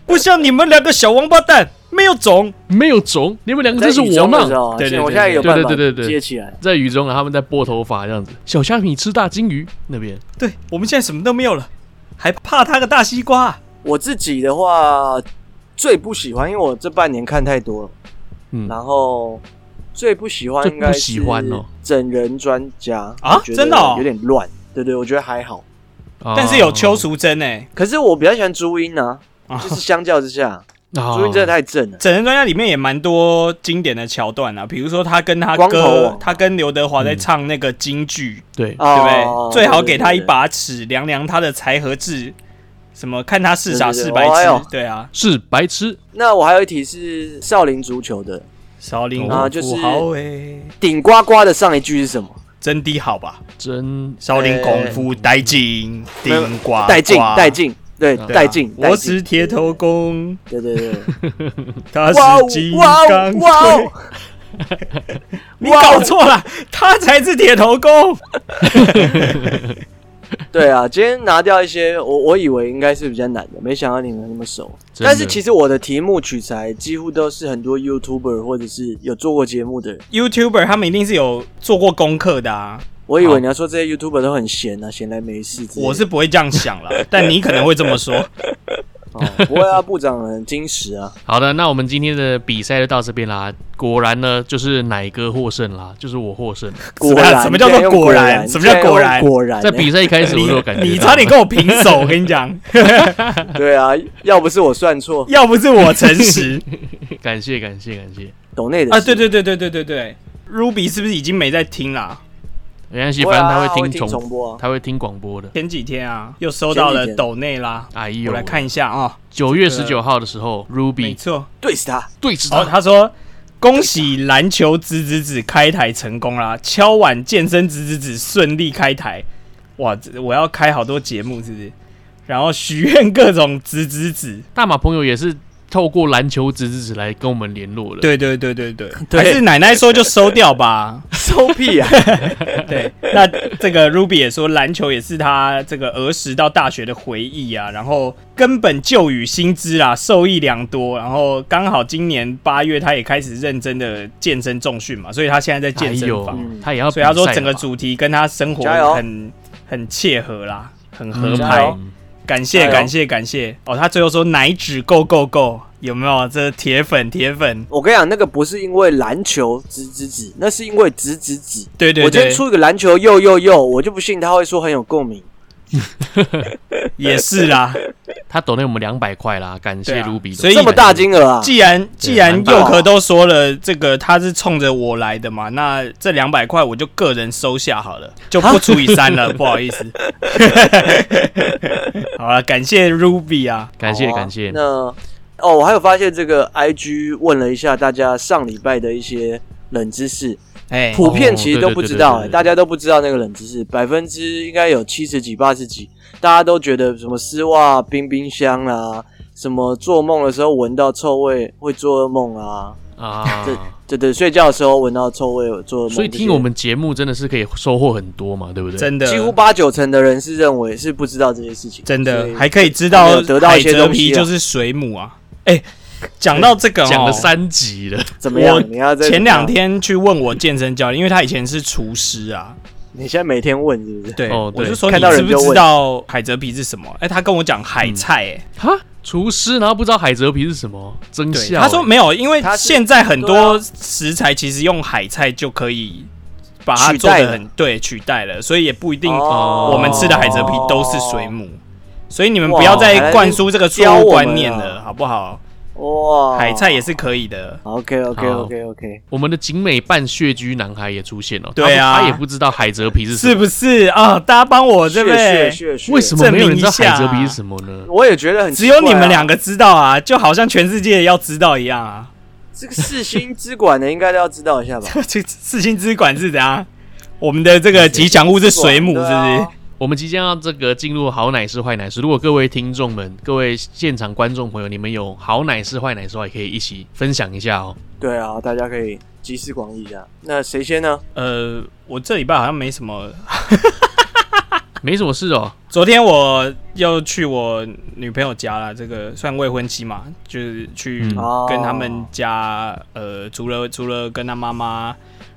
Speaker 2: 不像你们两个小王八蛋，没有种，
Speaker 3: 没有种，你们两个
Speaker 1: 这
Speaker 3: 真是我
Speaker 1: 嘛？
Speaker 3: 嘛！
Speaker 2: 对对对
Speaker 1: 啊我现在有办法
Speaker 3: 对对对对
Speaker 1: 接起来。
Speaker 3: 在雨中啊，他们在拨头发这样子，小虾米吃大金鱼那边，
Speaker 2: 对我们现在什么都没有了，还怕他个大西瓜啊？
Speaker 1: 我自己的话最不喜欢，因为我这半年看太多了，
Speaker 3: 嗯，
Speaker 1: 然后最不喜欢
Speaker 3: 最
Speaker 1: 应该
Speaker 3: 不喜
Speaker 1: 是
Speaker 3: 欢哦
Speaker 1: 整人专家
Speaker 2: 啊
Speaker 1: 我觉得
Speaker 2: 真的哦
Speaker 1: 有点乱。对对，我觉得还好，哦
Speaker 3: 啊
Speaker 2: 但是有邱淑贞哎，
Speaker 1: 可是我比较喜欢朱茵啊，
Speaker 2: 啊
Speaker 1: 就是相较之下，
Speaker 3: 啊
Speaker 1: 朱茵真的太正了。
Speaker 2: 整人专家里面也蛮多经典的桥段啊，比如说他跟他
Speaker 1: 光头啊
Speaker 2: 哥
Speaker 1: 王，
Speaker 2: 他跟刘德华在唱那个京剧，
Speaker 3: 对，
Speaker 2: 对
Speaker 1: 哦
Speaker 2: 不对？最好给他一把尺，量量他的才和智什么看他是傻
Speaker 1: 对对对
Speaker 2: 是白
Speaker 1: 哦哎呦
Speaker 2: 痴，对啊，
Speaker 3: 是白痴，
Speaker 1: 那我还有一题是少林足球的，
Speaker 2: 少林
Speaker 1: 啊
Speaker 2: 五
Speaker 1: 就是
Speaker 2: 虎好哎，
Speaker 1: 顶呱呱的上一句是什么？
Speaker 2: 真的好吧？
Speaker 3: 真
Speaker 2: 少林功夫带劲，
Speaker 1: 没有
Speaker 2: 顶呱呱
Speaker 1: 带劲，带，劲，对，
Speaker 2: 对啊
Speaker 1: 带劲，带
Speaker 2: 我
Speaker 1: 劲
Speaker 2: 是铁头功，
Speaker 1: 对对对， 哇
Speaker 2: 他是
Speaker 1: 哦
Speaker 2: 金
Speaker 1: 哇
Speaker 2: 刚
Speaker 1: 哦哇
Speaker 2: 腿
Speaker 1: 哦。，
Speaker 2: 你
Speaker 1: 哇哦
Speaker 2: 搞错了，他才是铁头功。
Speaker 1: 对啊，今天拿掉一些，我我以为应该是比较难的，没想到你们那么熟。
Speaker 3: 真的
Speaker 1: 但是其实我的题目取材几乎都是很多 YouTuber 或者是有做过节目的人。
Speaker 2: YouTuber 他们一定是有做过功课的啊，
Speaker 1: 我以为你要说这些 YouTuber 都很闲啊，闲来没事之类的。
Speaker 2: 我是不会这样想啦，但你可能会这么说。
Speaker 1: 哦，不会啊，部长很矜持啊。
Speaker 3: 好的，那我们今天的比赛就到这边啦。果然呢，就是奶哥获胜啦，就是我 获胜。
Speaker 1: 果
Speaker 2: 什么
Speaker 1: 然，
Speaker 2: 什么叫做
Speaker 1: 你竟
Speaker 2: 果然
Speaker 1: 然用
Speaker 2: 什么叫果然
Speaker 1: 你竟然用果然、
Speaker 3: 在比赛一开始我
Speaker 2: 你
Speaker 3: 就有感觉到
Speaker 2: 你 差点跟我平手，我跟你讲，
Speaker 1: 欸对啊，要不是我算错，
Speaker 2: 要不是我诚实
Speaker 3: 感谢感谢感谢，
Speaker 1: 抖内的
Speaker 2: 啊，
Speaker 1: 事
Speaker 2: 对，对对对对对对，Ruby 是不是已经没在听啦？
Speaker 3: 没关系，
Speaker 1: 不会
Speaker 3: 反
Speaker 1: 啊
Speaker 3: 正他
Speaker 1: 他会
Speaker 3: 会
Speaker 1: 听
Speaker 3: 听
Speaker 1: 重播啊
Speaker 3: 他会听广播的。
Speaker 2: 前几天啊，又收到
Speaker 1: 前
Speaker 2: 了
Speaker 1: 几天
Speaker 2: 抖内啦，
Speaker 3: 哎
Speaker 2: 我
Speaker 3: 呦，
Speaker 2: 来看一下啊、
Speaker 3: 九月十九号的时候
Speaker 2: 没
Speaker 3: ，Ruby
Speaker 2: 错，
Speaker 1: 对死他，
Speaker 3: 对峙
Speaker 2: 哦，
Speaker 3: 他，
Speaker 2: 他说。恭喜篮球子子子开台成功啦！敲碗健身子子子顺利开台，哇！这我要开好多节目是不是？然后许愿各种子子子，
Speaker 3: 大马朋友也是透过篮球直直直来跟我们联络的。
Speaker 2: 对对对对对，
Speaker 1: 对
Speaker 2: 还是奶奶说就收掉 吧。
Speaker 1: 收屁啊！
Speaker 2: 对，那这个 Ruby 也说，篮球也是他这个儿时到大学的回忆啊，然后根本就与新知啊，受益良多。然后刚好今年八月，他也开始认真的健身重训嘛，所以他现在在
Speaker 3: 哎
Speaker 2: 健身
Speaker 3: 呦
Speaker 2: 房，
Speaker 1: 嗯，
Speaker 3: 他也要比
Speaker 2: 所
Speaker 3: 赛
Speaker 2: 以
Speaker 3: 了吧，
Speaker 2: 他说整个主题跟他生活
Speaker 1: 加油
Speaker 2: 很很切合啦，很合
Speaker 3: 合
Speaker 1: 加
Speaker 2: 拍
Speaker 1: 油。
Speaker 3: 拍。
Speaker 2: 感谢
Speaker 1: 加油
Speaker 2: 感谢感谢哦，他最后说奶纸够够够，有没有？这铁粉铁粉，
Speaker 1: 我跟你讲，那个不是因为篮球指指指，那是因为指指指。
Speaker 2: 对对
Speaker 1: 我今
Speaker 2: 对
Speaker 1: 天，出一个篮球又又又，我就不信他会说很有共鸣。
Speaker 2: 也 是啦。
Speaker 3: 他抖内我们两百块啦，感
Speaker 2: 对
Speaker 3: 谢
Speaker 2: 啊
Speaker 3: 卢比的，
Speaker 2: 所以
Speaker 1: 这么大金额啊！
Speaker 2: 既然既然
Speaker 3: 蛮
Speaker 1: 大
Speaker 2: 佑壳都说了，这个他是冲着我来的嘛，那这两百块我就个人收下好了，就
Speaker 3: 啊
Speaker 2: 不除以三 了，不好意思。 好了，感谢 Ruby 啊，
Speaker 3: 感谢
Speaker 1: 好啊
Speaker 3: 感谢。
Speaker 1: 那哦，我还有发现这个 IG 问了一下大家上礼拜的一些冷知识，
Speaker 2: 哎、
Speaker 1: 普遍其实
Speaker 3: 哦
Speaker 1: 都
Speaker 3: 对对
Speaker 1: 不
Speaker 3: 对
Speaker 1: 知
Speaker 3: 对
Speaker 1: 道、
Speaker 3: 哦对
Speaker 1: 欸，
Speaker 3: 对
Speaker 1: 大家都不知道那个冷知识，百分之应该有七十几、八十几，大家都觉得什么丝袜、冰冰箱啊，什么做梦的时候闻到臭味会做噩梦啊，
Speaker 3: 啊，
Speaker 1: 对对，睡觉的时候闻到臭味有做噩梦这些。
Speaker 3: 所以听我们节目真的是可以收获很多嘛，对不对？
Speaker 2: 真的，
Speaker 1: 几乎八九成的人是认为是不知道这些事情，
Speaker 2: 真的
Speaker 1: 所以
Speaker 2: 还可以
Speaker 1: 还没
Speaker 2: 知道
Speaker 1: 有得到
Speaker 2: 海
Speaker 1: 一些
Speaker 2: 蜇
Speaker 1: 东西
Speaker 2: 皮
Speaker 1: 啊
Speaker 2: 就是水母啊。哎、讲到这个、哦，
Speaker 3: 讲了三集了，
Speaker 1: 怎么样
Speaker 2: 我？
Speaker 1: 你要再
Speaker 2: 前两，天去问我健身教练，因为他以前是厨师啊，
Speaker 1: 你现在每天问是不是？
Speaker 2: 对，
Speaker 3: 哦
Speaker 2: 我
Speaker 3: 对
Speaker 2: 就说你
Speaker 1: 看到
Speaker 2: 知
Speaker 1: 人
Speaker 2: 不
Speaker 1: 就
Speaker 2: 知
Speaker 1: 问
Speaker 2: 道海蜇皮是什么？哎、他跟我讲海菜、哎、
Speaker 3: 哈，厨师，然后不知道海蜇嗯皮是啊什么，真
Speaker 2: 对，
Speaker 3: 笑。
Speaker 2: 他说没有，因为
Speaker 1: 他是
Speaker 2: 现在很
Speaker 1: 对
Speaker 2: 多
Speaker 1: 啊
Speaker 2: 食材其实用海菜就可以把它
Speaker 1: 取
Speaker 2: 做
Speaker 1: 代
Speaker 2: 的
Speaker 1: 了
Speaker 2: 很对取代了，所以也不一定
Speaker 1: 哦
Speaker 2: 我们吃的海蜇皮都是水母。所以你们不要再灌输这个错
Speaker 1: 啊
Speaker 2: 误观念了，好不好？
Speaker 1: 哇，
Speaker 2: 海菜也是可以的。
Speaker 1: OK OK OK OK，
Speaker 3: 我们的景美扮血居男孩也出现了，
Speaker 2: 对啊
Speaker 3: 他不他也不知道海蜇皮是什
Speaker 2: 是
Speaker 3: 么，
Speaker 2: 不是啊？大家帮我对不对？
Speaker 1: 血血
Speaker 3: 为什么没有人知道海
Speaker 2: 证明一下
Speaker 3: 蜇皮是什么呢？
Speaker 1: 我也觉得很
Speaker 2: 只
Speaker 1: 奇怪啊、
Speaker 2: 有你们两个知道啊，就好像全世界要知道一样啊。
Speaker 1: 这个四星之管的应该都要知道一下吧？
Speaker 2: 这四星之管是怎样？我们的这个吉祥物是水母，是不
Speaker 1: 对啊
Speaker 2: 是？
Speaker 3: 我们即将要这个进入好奶师坏奶师，如果各位听众们、各位现场观众朋友，你们有好奶师坏奶师的话，也可以一起分享一下哦。
Speaker 1: 对啊，大家可以集思广益一下。那谁先呢？
Speaker 2: 呃，我这礼拜好像没什么。
Speaker 3: 没什么事哦，
Speaker 2: 昨天我又去我女朋友家了，这个算未婚妻嘛，就是去
Speaker 3: 嗯
Speaker 1: 哦
Speaker 2: 跟他们家，呃，除了除了跟他妈妈，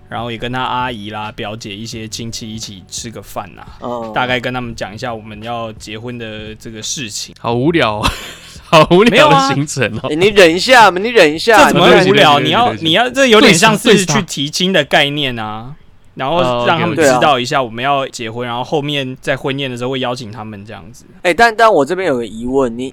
Speaker 2: 然后也跟他阿姨啦、表姐一些亲戚一起吃个饭啊啦，
Speaker 3: 哦
Speaker 1: 嗯，
Speaker 2: 大概跟他们讲一下我们要结婚的这个事情。
Speaker 3: 好无聊、 哦，好无
Speaker 2: 没有
Speaker 3: 聊
Speaker 2: 啊
Speaker 3: 的行程哦。
Speaker 1: 诶哎你忍一下嘛，你忍一下，
Speaker 2: 这怎么会无聊？
Speaker 3: 对不
Speaker 2: 你
Speaker 3: 起对不起
Speaker 2: 要
Speaker 3: 对不起
Speaker 2: 你要这有点像
Speaker 3: 对
Speaker 2: 是
Speaker 3: 是啊
Speaker 2: 去提亲的概念啊，然后
Speaker 3: 哦，OK，
Speaker 2: 让他们
Speaker 1: 对
Speaker 2: 知
Speaker 1: 啊
Speaker 2: 道一下我们要结婚，然后后面在婚宴的时候会邀请他们这样子。
Speaker 1: 哎、但但我这边有个疑问，你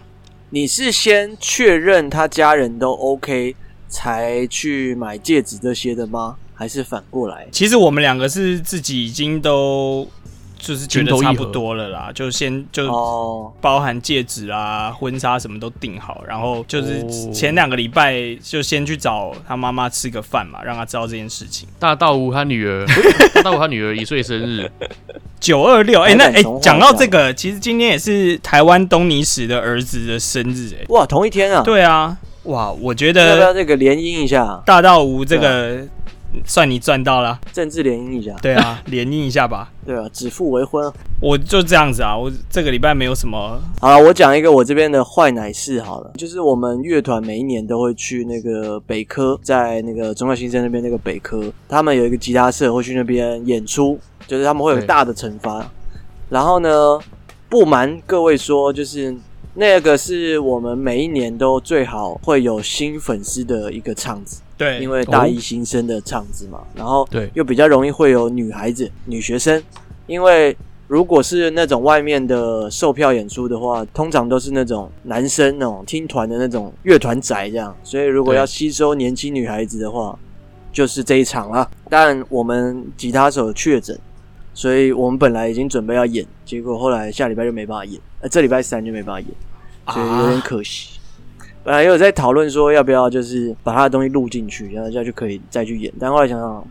Speaker 1: 你是先确认他家人都 OK 才去买戒指这些的吗？还是反过来？
Speaker 2: 其实我们两个是自己已经都就是觉得
Speaker 3: 情投意
Speaker 2: 差
Speaker 3: 合
Speaker 2: 不多了啦，就先就
Speaker 1: 哦，
Speaker 2: 包含戒指啊、婚纱什么都订好，然后就是
Speaker 3: 哦
Speaker 2: 前两个礼拜就先去找他妈妈吃个饭嘛，让他知道这件事情。
Speaker 3: 大道无他 女儿，大道无他女儿一岁生日，
Speaker 2: 九二六，哎，
Speaker 1: 好
Speaker 2: 那
Speaker 1: 感
Speaker 2: 哎
Speaker 1: 动，
Speaker 2: 讲到这个，其实今天也是台湾东尼史的儿子的生日，哎，
Speaker 1: 哇，同一天啊，
Speaker 2: 对啊，哇，我觉
Speaker 1: 要不要啊
Speaker 2: 得
Speaker 1: 这个联姻一下，啊
Speaker 2: 大道无这个算你赚到了，
Speaker 1: 政治联姻一下？
Speaker 2: 对啊，联姻一下吧。
Speaker 1: 对啊，指腹为婚。
Speaker 2: 我就这样子啊，我这个礼拜没有什么
Speaker 1: 好了，我讲一个我这边的坏奶事好了，就是我们乐团每一年都会去那个北科，在那个中央新生那边那个北科，他们有一个吉他社会去那边演出，就是他们会有
Speaker 3: 对
Speaker 1: 大的惩罚。然后呢，不瞒各位说，就是那个是我们每一年都最好会有新粉丝的一个场子。
Speaker 2: 对，
Speaker 1: 因为大一新生的场子嘛，然后
Speaker 3: 对
Speaker 1: 又比较容易会有女孩子、女学生，因为如果是那种外面的售票演出的话，通常都是那种男生那种听团的那种乐团宅这样，所以如果
Speaker 3: 对
Speaker 1: 要吸收年轻女孩子的话，就是这一场啦。但我们吉他手确诊，所以我们本来已经准备要演，结果后来下礼拜就没办法演，呃，这礼拜三就没办法演。所以有点
Speaker 2: 啊，
Speaker 1: 可惜。本来有在讨论说要不要就是把他的东西录进去，然后大家就可以再去演，但后来想想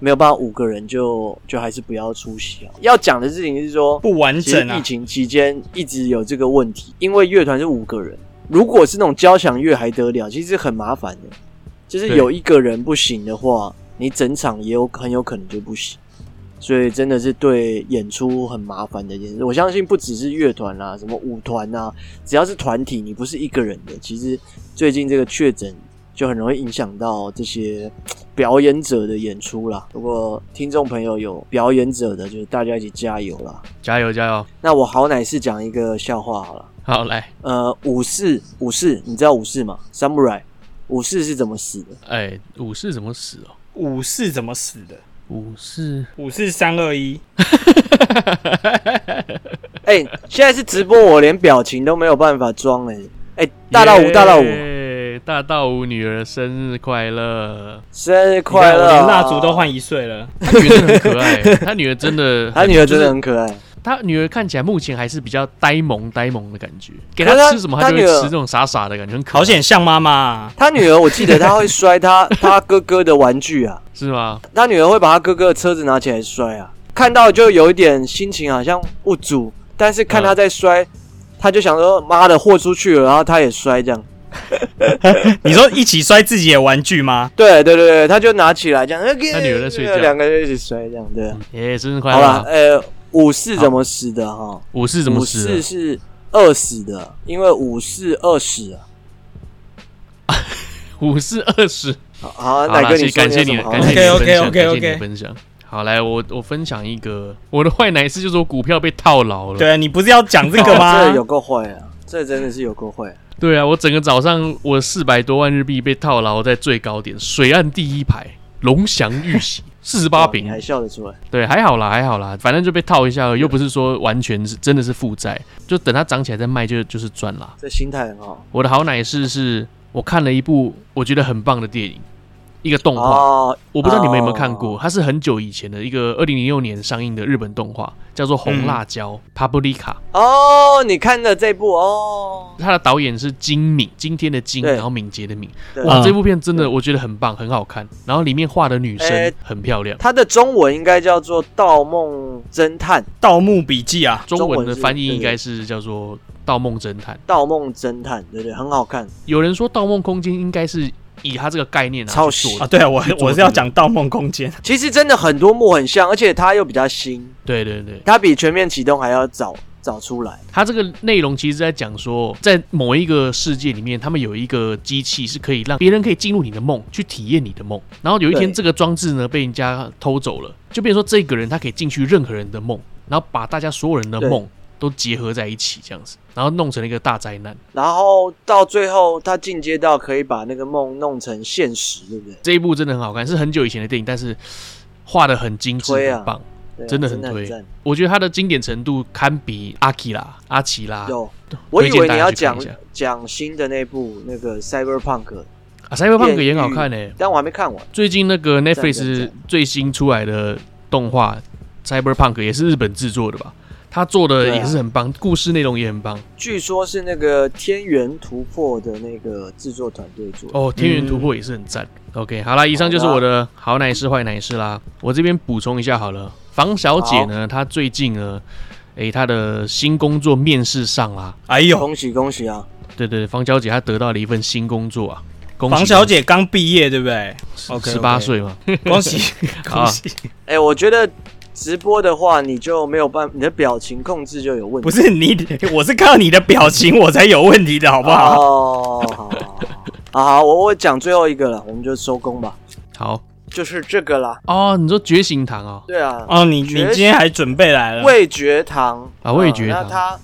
Speaker 1: 没有办法，五个人就就还是不要出席啊。要讲的事情是说，
Speaker 2: 不完
Speaker 1: 其实
Speaker 2: 整
Speaker 1: 疫
Speaker 2: 啊，
Speaker 1: 情期间一直有这个问题，因为乐团是五个人，如果是那种交响乐还得了，其实很麻烦的，就是
Speaker 3: 对
Speaker 1: 有一个人不行的话，你整场也有很有可能就不行。所以真的是对演出很麻烦的一件事。我相信不只是乐团啦，什么舞团啊，只要是团体，你不是一个人的，其实最近这个确诊就很容易影响到这些表演者的演出啦。如果听众朋友有表演者的，就是大家一起加油啦。
Speaker 3: 加油加油！
Speaker 1: 那我好奶是讲一个笑话好了。
Speaker 3: 好来，
Speaker 1: 呃，武士，武士，你知道武士吗？Samurai，武士是怎么死的？
Speaker 3: 哎，武士怎么死哦？
Speaker 2: 武士怎么死的？
Speaker 3: 武士
Speaker 2: 武士三二一，
Speaker 1: 哎、现在是直播，我连表情都没有办法装哎、哎、大道五，大道五，
Speaker 3: 耶大道五女儿生日快 乐！
Speaker 1: 生日
Speaker 2: 你
Speaker 1: 快
Speaker 2: 看
Speaker 1: 乐、
Speaker 2: 我
Speaker 1: 啊！
Speaker 2: 连蜡烛都换一 岁了，
Speaker 3: 她女儿真的很可爱，她女儿真
Speaker 1: 他
Speaker 3: 的，
Speaker 1: 女儿真的
Speaker 3: 就是，
Speaker 1: 很可爱。
Speaker 3: 她女儿看起来目前还是比较呆萌呆萌的感觉，给
Speaker 1: 可是
Speaker 3: 她
Speaker 1: 她
Speaker 3: 吃什么她
Speaker 1: 她
Speaker 3: 就会
Speaker 1: 女儿
Speaker 3: 吃这种傻傻的感觉，很可爱
Speaker 2: 好险像妈妈啊，
Speaker 1: 他女儿，我记得他会摔 他他哥哥的玩具啊，
Speaker 3: 是吗？
Speaker 1: 他女儿会把他哥哥的车子拿起来摔啊，看到就有一点心情好像不足，但是
Speaker 2: 嗯
Speaker 1: 看他在摔，他就想说妈的豁出去了，然后他也摔这样。
Speaker 2: 你说一起摔自己的玩 具吗？
Speaker 1: 对对对对，他就拿起来这样，他
Speaker 3: 他女儿在睡觉嗯
Speaker 1: 两个人一起摔这样，对啊。
Speaker 3: 耶，生日快
Speaker 1: 好了，
Speaker 3: 乐！
Speaker 1: 呃，武士怎么死的哈？
Speaker 3: 武士怎么
Speaker 1: 武
Speaker 3: 死
Speaker 1: 士
Speaker 3: 的？
Speaker 1: 是饿死的，因为武士饿死啊。
Speaker 3: 武士二十。
Speaker 1: 好好，
Speaker 3: 好
Speaker 1: 奶
Speaker 3: 啦
Speaker 1: 哥，
Speaker 3: 谢
Speaker 1: 你
Speaker 3: 谢
Speaker 1: 说
Speaker 3: 感谢
Speaker 1: 你
Speaker 3: 你
Speaker 1: 有
Speaker 3: 的，
Speaker 1: 什么哦
Speaker 3: 感
Speaker 1: 好
Speaker 3: 谢你
Speaker 2: OK，OK，
Speaker 3: 的分享，感谢
Speaker 2: OK，OK
Speaker 3: 你的分享。好，来，我我分享一个，我的坏奶事就是我股票被套牢了。
Speaker 2: 对啊，你不是要讲这个
Speaker 1: 哦
Speaker 2: 吗
Speaker 1: 这？有够坏啊！这真的是有够坏、
Speaker 3: 对啊，我整个早上我四百多万日币被套牢在最高点，水岸第一排，龙翔 玉玺四十八
Speaker 1: 哇哦你
Speaker 3: 饼
Speaker 1: 还。笑得出来？
Speaker 3: 对，还好啦，还好啦，反正就被套一下，又不是说完全是真的是负债，就等它涨起来再卖就就是赚啦。
Speaker 1: 这心态很好
Speaker 3: 我的好奶事是我看了一部我觉得很棒的电影，一个动画。
Speaker 1: 哦，
Speaker 3: 我不知道你们有没有看过，它是很久以前的一个二零零六年上映的日本动画，叫做《红辣椒》（Paprika）。
Speaker 1: 嗯哦，你看的这部哦，
Speaker 3: 它的导演是金敏，今天的金，
Speaker 1: 对
Speaker 3: 然后敏捷的敏。
Speaker 1: 对
Speaker 3: 哇，
Speaker 2: 嗯
Speaker 3: 这部片真的我觉得很棒，很好看。然后里面画的女
Speaker 1: 哎
Speaker 3: 生很漂亮，
Speaker 1: 它的中文应该叫做《盗梦侦探》，《
Speaker 2: 《盗墓笔记》啊，
Speaker 3: 中文的翻译
Speaker 1: 中文是
Speaker 3: 应该是叫做《盗梦侦探》。
Speaker 1: 盗梦侦探》，对对，很好看。
Speaker 3: 有人说《盗梦空间》应该是以它这个概念啊
Speaker 1: 抄
Speaker 3: 去
Speaker 1: 袭
Speaker 3: 做
Speaker 2: 啊，
Speaker 3: 的。
Speaker 2: 对啊，我
Speaker 3: 去做
Speaker 2: 我是
Speaker 3: 这个
Speaker 2: 要讲《盗梦空间》
Speaker 1: 其实真的很多幕很像，而且它又比较新，
Speaker 3: 对对对，
Speaker 1: 它比《全面启动》还要早早出来。
Speaker 3: 它这个内容其实在讲说，在某一个世界里面，他们有一个机器是可以让别人可以进入你的梦，去体验你的梦。然后有一天，
Speaker 1: 对
Speaker 3: 这个装置呢被人家偷走了，就变成说这个人他可以进去任何人的梦，然后把大家所有人的
Speaker 1: 对
Speaker 3: 梦都结合在一起，这样子，然后弄成了一个大灾难。
Speaker 1: 然后到最后，它进阶到可以把那个梦弄成现实，对不对？
Speaker 3: 这一部真的很好看，是很久以前的电影，但是画的很精致，
Speaker 1: 推啊
Speaker 3: 很棒。
Speaker 1: 对啊
Speaker 3: 真的很
Speaker 1: 真的
Speaker 3: 推
Speaker 1: 赞。
Speaker 3: 我觉得它的经典程度堪比阿基拉、阿奇拉
Speaker 1: 有，我以
Speaker 3: 啊推
Speaker 1: 为
Speaker 3: 荐大
Speaker 1: 你
Speaker 3: 家
Speaker 1: 要
Speaker 3: 去看
Speaker 1: 讲
Speaker 3: 一下
Speaker 1: 讲新的那部那个 Cyberpunk，
Speaker 3: 啊，《Cyberpunk》
Speaker 1: 炼
Speaker 3: 也很好
Speaker 1: 狱
Speaker 3: 看呢、欸
Speaker 1: 但我还没看完。
Speaker 3: 最近那个
Speaker 1: 赞
Speaker 3: Netflix 最新出来的动画 Cyberpunk 也是日本制作的吧？他做的
Speaker 1: 对啊
Speaker 3: 也是很棒，故事内容也很棒。
Speaker 1: 据说是那个《天元突破》的那个制作团队做的。
Speaker 3: 哦，天元突破
Speaker 1: 嗯
Speaker 3: 也是很赞。OK，好啦，以上就是我的好奶师、坏奶师啦。我这边补充一下好了，房小姐呢，她最近呢，诶，她的新工作面试上啦。
Speaker 2: 哎呦，
Speaker 1: 恭喜恭喜啊！
Speaker 3: 对对，对房小姐她得到了一份新工作啊，恭喜
Speaker 2: 房小姐刚毕业对不对？OK，OK
Speaker 3: 十八岁嘛，
Speaker 2: 恭喜
Speaker 3: 好
Speaker 2: 恭喜！
Speaker 1: 哎、我觉得直播的话，你就没有办，你的表情控制就有问题，
Speaker 2: 不是你，我是看到你的表情我才有问题的好
Speaker 1: 好
Speaker 2: 不好？
Speaker 1: 哦，好好好好好，我我讲最后一个了，我们就收工吧，
Speaker 3: 好
Speaker 1: 就是这个啦。
Speaker 3: 哦，你说觉醒堂哦，
Speaker 1: 对啊，
Speaker 2: 哦，你你
Speaker 1: 觉
Speaker 2: 今天还准备来了？
Speaker 1: 味觉糖
Speaker 3: 啊味觉
Speaker 1: 那
Speaker 3: 糖
Speaker 1: 它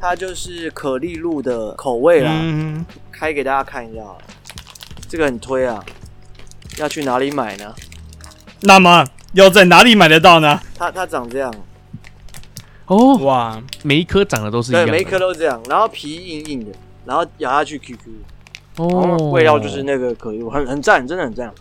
Speaker 1: 它就是可丽露的口味啦，
Speaker 2: 嗯，
Speaker 1: 开给大家看一下好了，这个很推啊。要去哪里买呢？
Speaker 2: 那么要在哪里买得到呢？
Speaker 1: 它它长这样，
Speaker 3: 哦，
Speaker 2: 哇，
Speaker 3: 每一颗长得都是一
Speaker 1: 对，
Speaker 3: 样的，
Speaker 1: 每一颗都这样，然后皮硬硬的，然后咬下去 QQ，然
Speaker 3: 哦
Speaker 1: 后，味道就是那个可丽露，很很赞，真的很赞。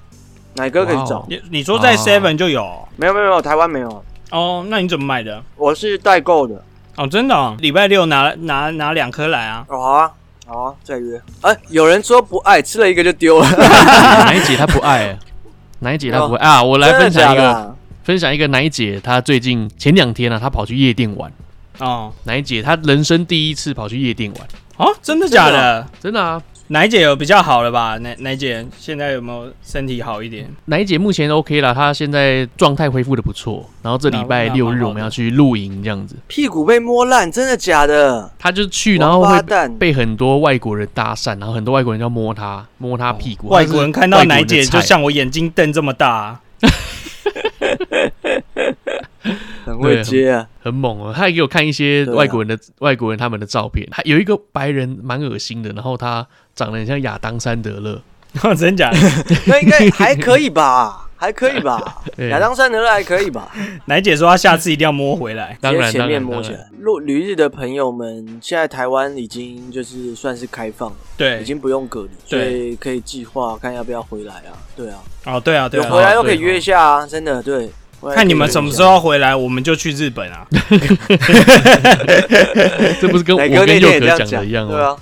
Speaker 1: 奶哥可以
Speaker 3: 哇
Speaker 1: 找
Speaker 3: 哦？
Speaker 2: 你你说在
Speaker 3: 哦
Speaker 2: Seven 就有
Speaker 1: 没有没有没有，台湾没有，
Speaker 2: 哦？那你怎么买的？
Speaker 1: 我是代购的。
Speaker 2: 哦，真的哦，礼拜六拿拿拿两颗来啊！
Speaker 1: 哦，好啊，好啊，再约。哎、有人说不爱，吃了一个就丢 了，
Speaker 3: 奶姐她不爱，奶姐她不会啊，我来分享
Speaker 1: 哦真的假
Speaker 3: 一
Speaker 1: 的
Speaker 3: 个，
Speaker 1: 啊
Speaker 3: 分享一个奶姐，她最近前两天呢，她跑去夜店玩，
Speaker 2: 哦
Speaker 3: 奶姐她人生第一次跑去夜店玩，
Speaker 2: 哦，真的假的？
Speaker 3: 真的啊，
Speaker 2: 奶姐有比较好了吧？奶奶姐现在有没有身体好一点？
Speaker 3: 奶姐目前 OK 啦，她现在状态恢复的不错，然后这礼拜
Speaker 2: 那那
Speaker 3: 六
Speaker 2: 蛮
Speaker 3: 日
Speaker 2: 好
Speaker 3: 我们
Speaker 2: 的
Speaker 3: 要去露营这样子，
Speaker 1: 屁股被摸烂，真的假的？
Speaker 3: 她就去然后
Speaker 1: 王
Speaker 3: 会
Speaker 1: 八蛋！
Speaker 3: 被很多外国人搭讪，然后很多外国人要摸她，摸她屁股。
Speaker 2: 外
Speaker 3: 她是
Speaker 2: 国人看到奶
Speaker 3: 外
Speaker 2: 姐
Speaker 3: 国人的
Speaker 2: 就
Speaker 3: 菜
Speaker 2: 像我眼睛瞪这么大、啊
Speaker 1: 很会接啊，
Speaker 3: 很猛哦，她也给我看一些
Speaker 1: 对啊
Speaker 3: 外国人的、外国人他们的照片，他有一个白人蛮恶心的，然后他长得很像亚当·山德勒，
Speaker 2: 哦， 真假 的？
Speaker 1: 那应该还可以吧？还可以吧？
Speaker 3: 对
Speaker 1: 亚当·山德勒还可以吧？
Speaker 2: 奶姐说她下次一定要摸回来。
Speaker 3: 当
Speaker 1: 直
Speaker 3: 然
Speaker 1: 接前面摸
Speaker 3: 当
Speaker 1: 起
Speaker 3: 然
Speaker 1: 来。录旅日的朋友们，现在台湾已经就是算是开放了，已
Speaker 2: 对，
Speaker 1: 经不用隔离，所
Speaker 2: 对
Speaker 1: 以可以计划看要不要回来啊？对啊，
Speaker 2: 哦，对啊，对
Speaker 1: 有
Speaker 2: 啊，
Speaker 1: 回来又可以
Speaker 3: 对
Speaker 1: 约一下啊，真的对。回来
Speaker 2: 看
Speaker 1: 可以
Speaker 2: 你们
Speaker 1: 约一
Speaker 2: 什么
Speaker 1: 下
Speaker 2: 时候回来，我们就去日本啊。
Speaker 3: 这不是跟
Speaker 1: 奶
Speaker 3: 我
Speaker 1: 哥
Speaker 3: 跟
Speaker 1: 那天
Speaker 3: 佑
Speaker 1: 也这
Speaker 3: 哥
Speaker 1: 样
Speaker 3: 讲的一样哦
Speaker 1: 对
Speaker 3: 吗？
Speaker 1: 啊。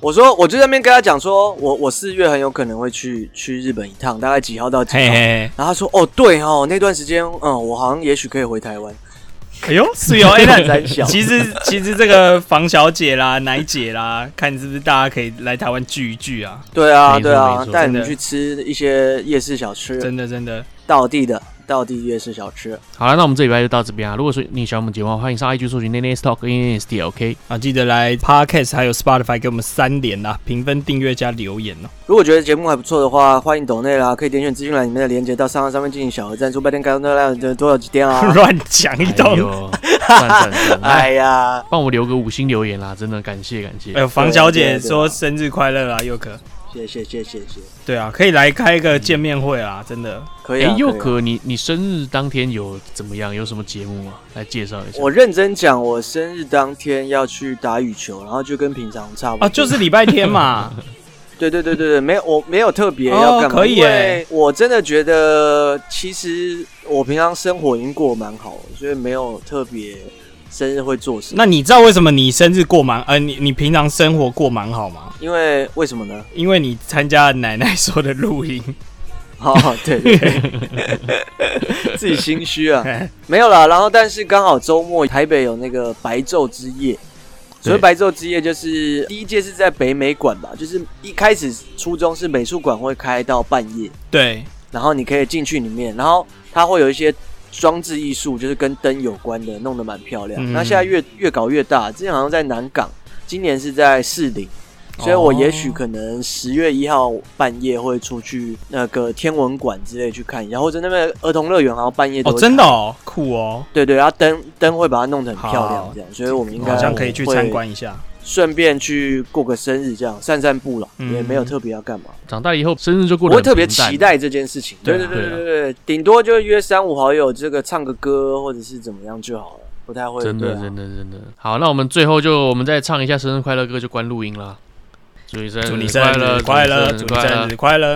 Speaker 1: 我说，我就在那边跟他讲说，我我四月很有可能会去去日本一趟，大概几号到几号。
Speaker 2: 嘿嘿，
Speaker 1: 然后他说，哦，对哦，那段时间，嗯，我好像也许可以回台湾。
Speaker 2: 哎呦，是有哎，那
Speaker 1: 胆小
Speaker 2: 其实其实这个房小姐啦、奶姐啦，看是不是大家可以来台湾聚一聚啊？
Speaker 1: 对啊，
Speaker 3: 没错
Speaker 1: 对啊
Speaker 3: 没，错
Speaker 1: 带你
Speaker 2: 真
Speaker 1: 们
Speaker 2: 的
Speaker 1: 去吃一些夜市小吃，
Speaker 2: 真的真的，
Speaker 1: 道地的道地夜市小吃。
Speaker 3: 好了，那我们这礼拜就到这边啊。如果说你喜欢我们节目，欢迎上 IG 搜寻 n a n s Talk N S T OK。
Speaker 2: 啊，记得来 Podcast 还有 Spotify 给我们三连啦，评分、订阅加留言哦。
Speaker 1: 如果觉得节目还不错的话，欢迎抖内啦，可以点选资讯栏里面的链接到上岸上面进行小额赞助，拜天该多少多少几天 啊？
Speaker 2: 乱讲一
Speaker 3: 哎
Speaker 2: 通。
Speaker 3: 呦，赞赞赞！
Speaker 1: 哎
Speaker 3: 来
Speaker 1: 呀，
Speaker 3: 帮我们留个五星留言啦，真的感谢感谢
Speaker 2: 哎。呦，房小
Speaker 1: 对啊
Speaker 2: 姐
Speaker 1: 对啊
Speaker 2: 说生日快乐啊，佑可。
Speaker 1: 谢谢谢谢谢，
Speaker 2: 对啊，可以来开一个见面会啊，真的。
Speaker 1: 可以啊
Speaker 3: 哎，，佑
Speaker 1: 可以啊
Speaker 3: 可，你你生日当天有怎么样？有什么节目吗？来介绍一下。
Speaker 1: 我认真讲，我生日当天要去打羽球，然后就跟平常差不多。
Speaker 2: 啊，就是礼拜天嘛，
Speaker 1: 对对对对对，没有我没有特别
Speaker 2: 哦
Speaker 1: 要干嘛，
Speaker 2: 可以
Speaker 1: 因
Speaker 2: 耶
Speaker 1: 为我真的觉得其实我平常生活已经过蛮好的，所以没有特别生日会做什么。
Speaker 2: 那你知道为什么你生日过蛮呃，你你平常生活过蛮好吗？
Speaker 1: 因为为什么呢？
Speaker 2: 因为你参加了奶奶说的录音，
Speaker 1: 哦，对对对， 自己心虚啊，
Speaker 2: 哎
Speaker 1: 没有啦。然后但是刚好周末台北有那个白昼之夜，所谓白昼之夜就是第一届是在北美馆吧，就是一开始初中是美术馆会开到半夜，
Speaker 2: 对，
Speaker 1: 然后你可以进去里面，然后它会有一些装置艺术，就是跟灯有关的，弄得蛮漂亮。
Speaker 2: 嗯
Speaker 1: 那现在越越搞越大，之前好像在南港，今年是在士林，
Speaker 2: 哦
Speaker 1: 所以我也许可能十月一号半夜会出去那个天文馆之类去看一下，或者那边儿童乐园好像半夜都
Speaker 2: 哦，
Speaker 1: 会
Speaker 2: 真的哦，酷哦，
Speaker 1: 对对，然后灯灯会把它弄得很漂亮
Speaker 2: 好，
Speaker 1: 这样，所以我们应该
Speaker 2: 好像可以去参，观一下。
Speaker 1: 顺便去过个生日，这样散散步了，
Speaker 2: 嗯
Speaker 1: 也没有特别要干嘛。
Speaker 3: 长大以后生日就过
Speaker 1: 我
Speaker 3: 得
Speaker 1: 会特
Speaker 3: 很
Speaker 1: 别
Speaker 3: 平淡
Speaker 1: 期。待这件事情。
Speaker 2: 对
Speaker 1: 对
Speaker 2: 啊
Speaker 1: 对对
Speaker 3: 对啊
Speaker 1: 对对，顶多就约三五好友，这个唱个歌或者是怎么样就好了，不太会。
Speaker 3: 真的
Speaker 1: 对啊
Speaker 3: 真的真的。好，那我们最后就我们再唱一下生日快乐歌，就关录音啦。祝你生
Speaker 2: 祝你
Speaker 3: 日
Speaker 2: 生
Speaker 3: 快乐，
Speaker 2: 日快乐，祝
Speaker 3: 祝
Speaker 2: 你
Speaker 3: 你生
Speaker 2: 生
Speaker 3: 日
Speaker 2: 日快乐。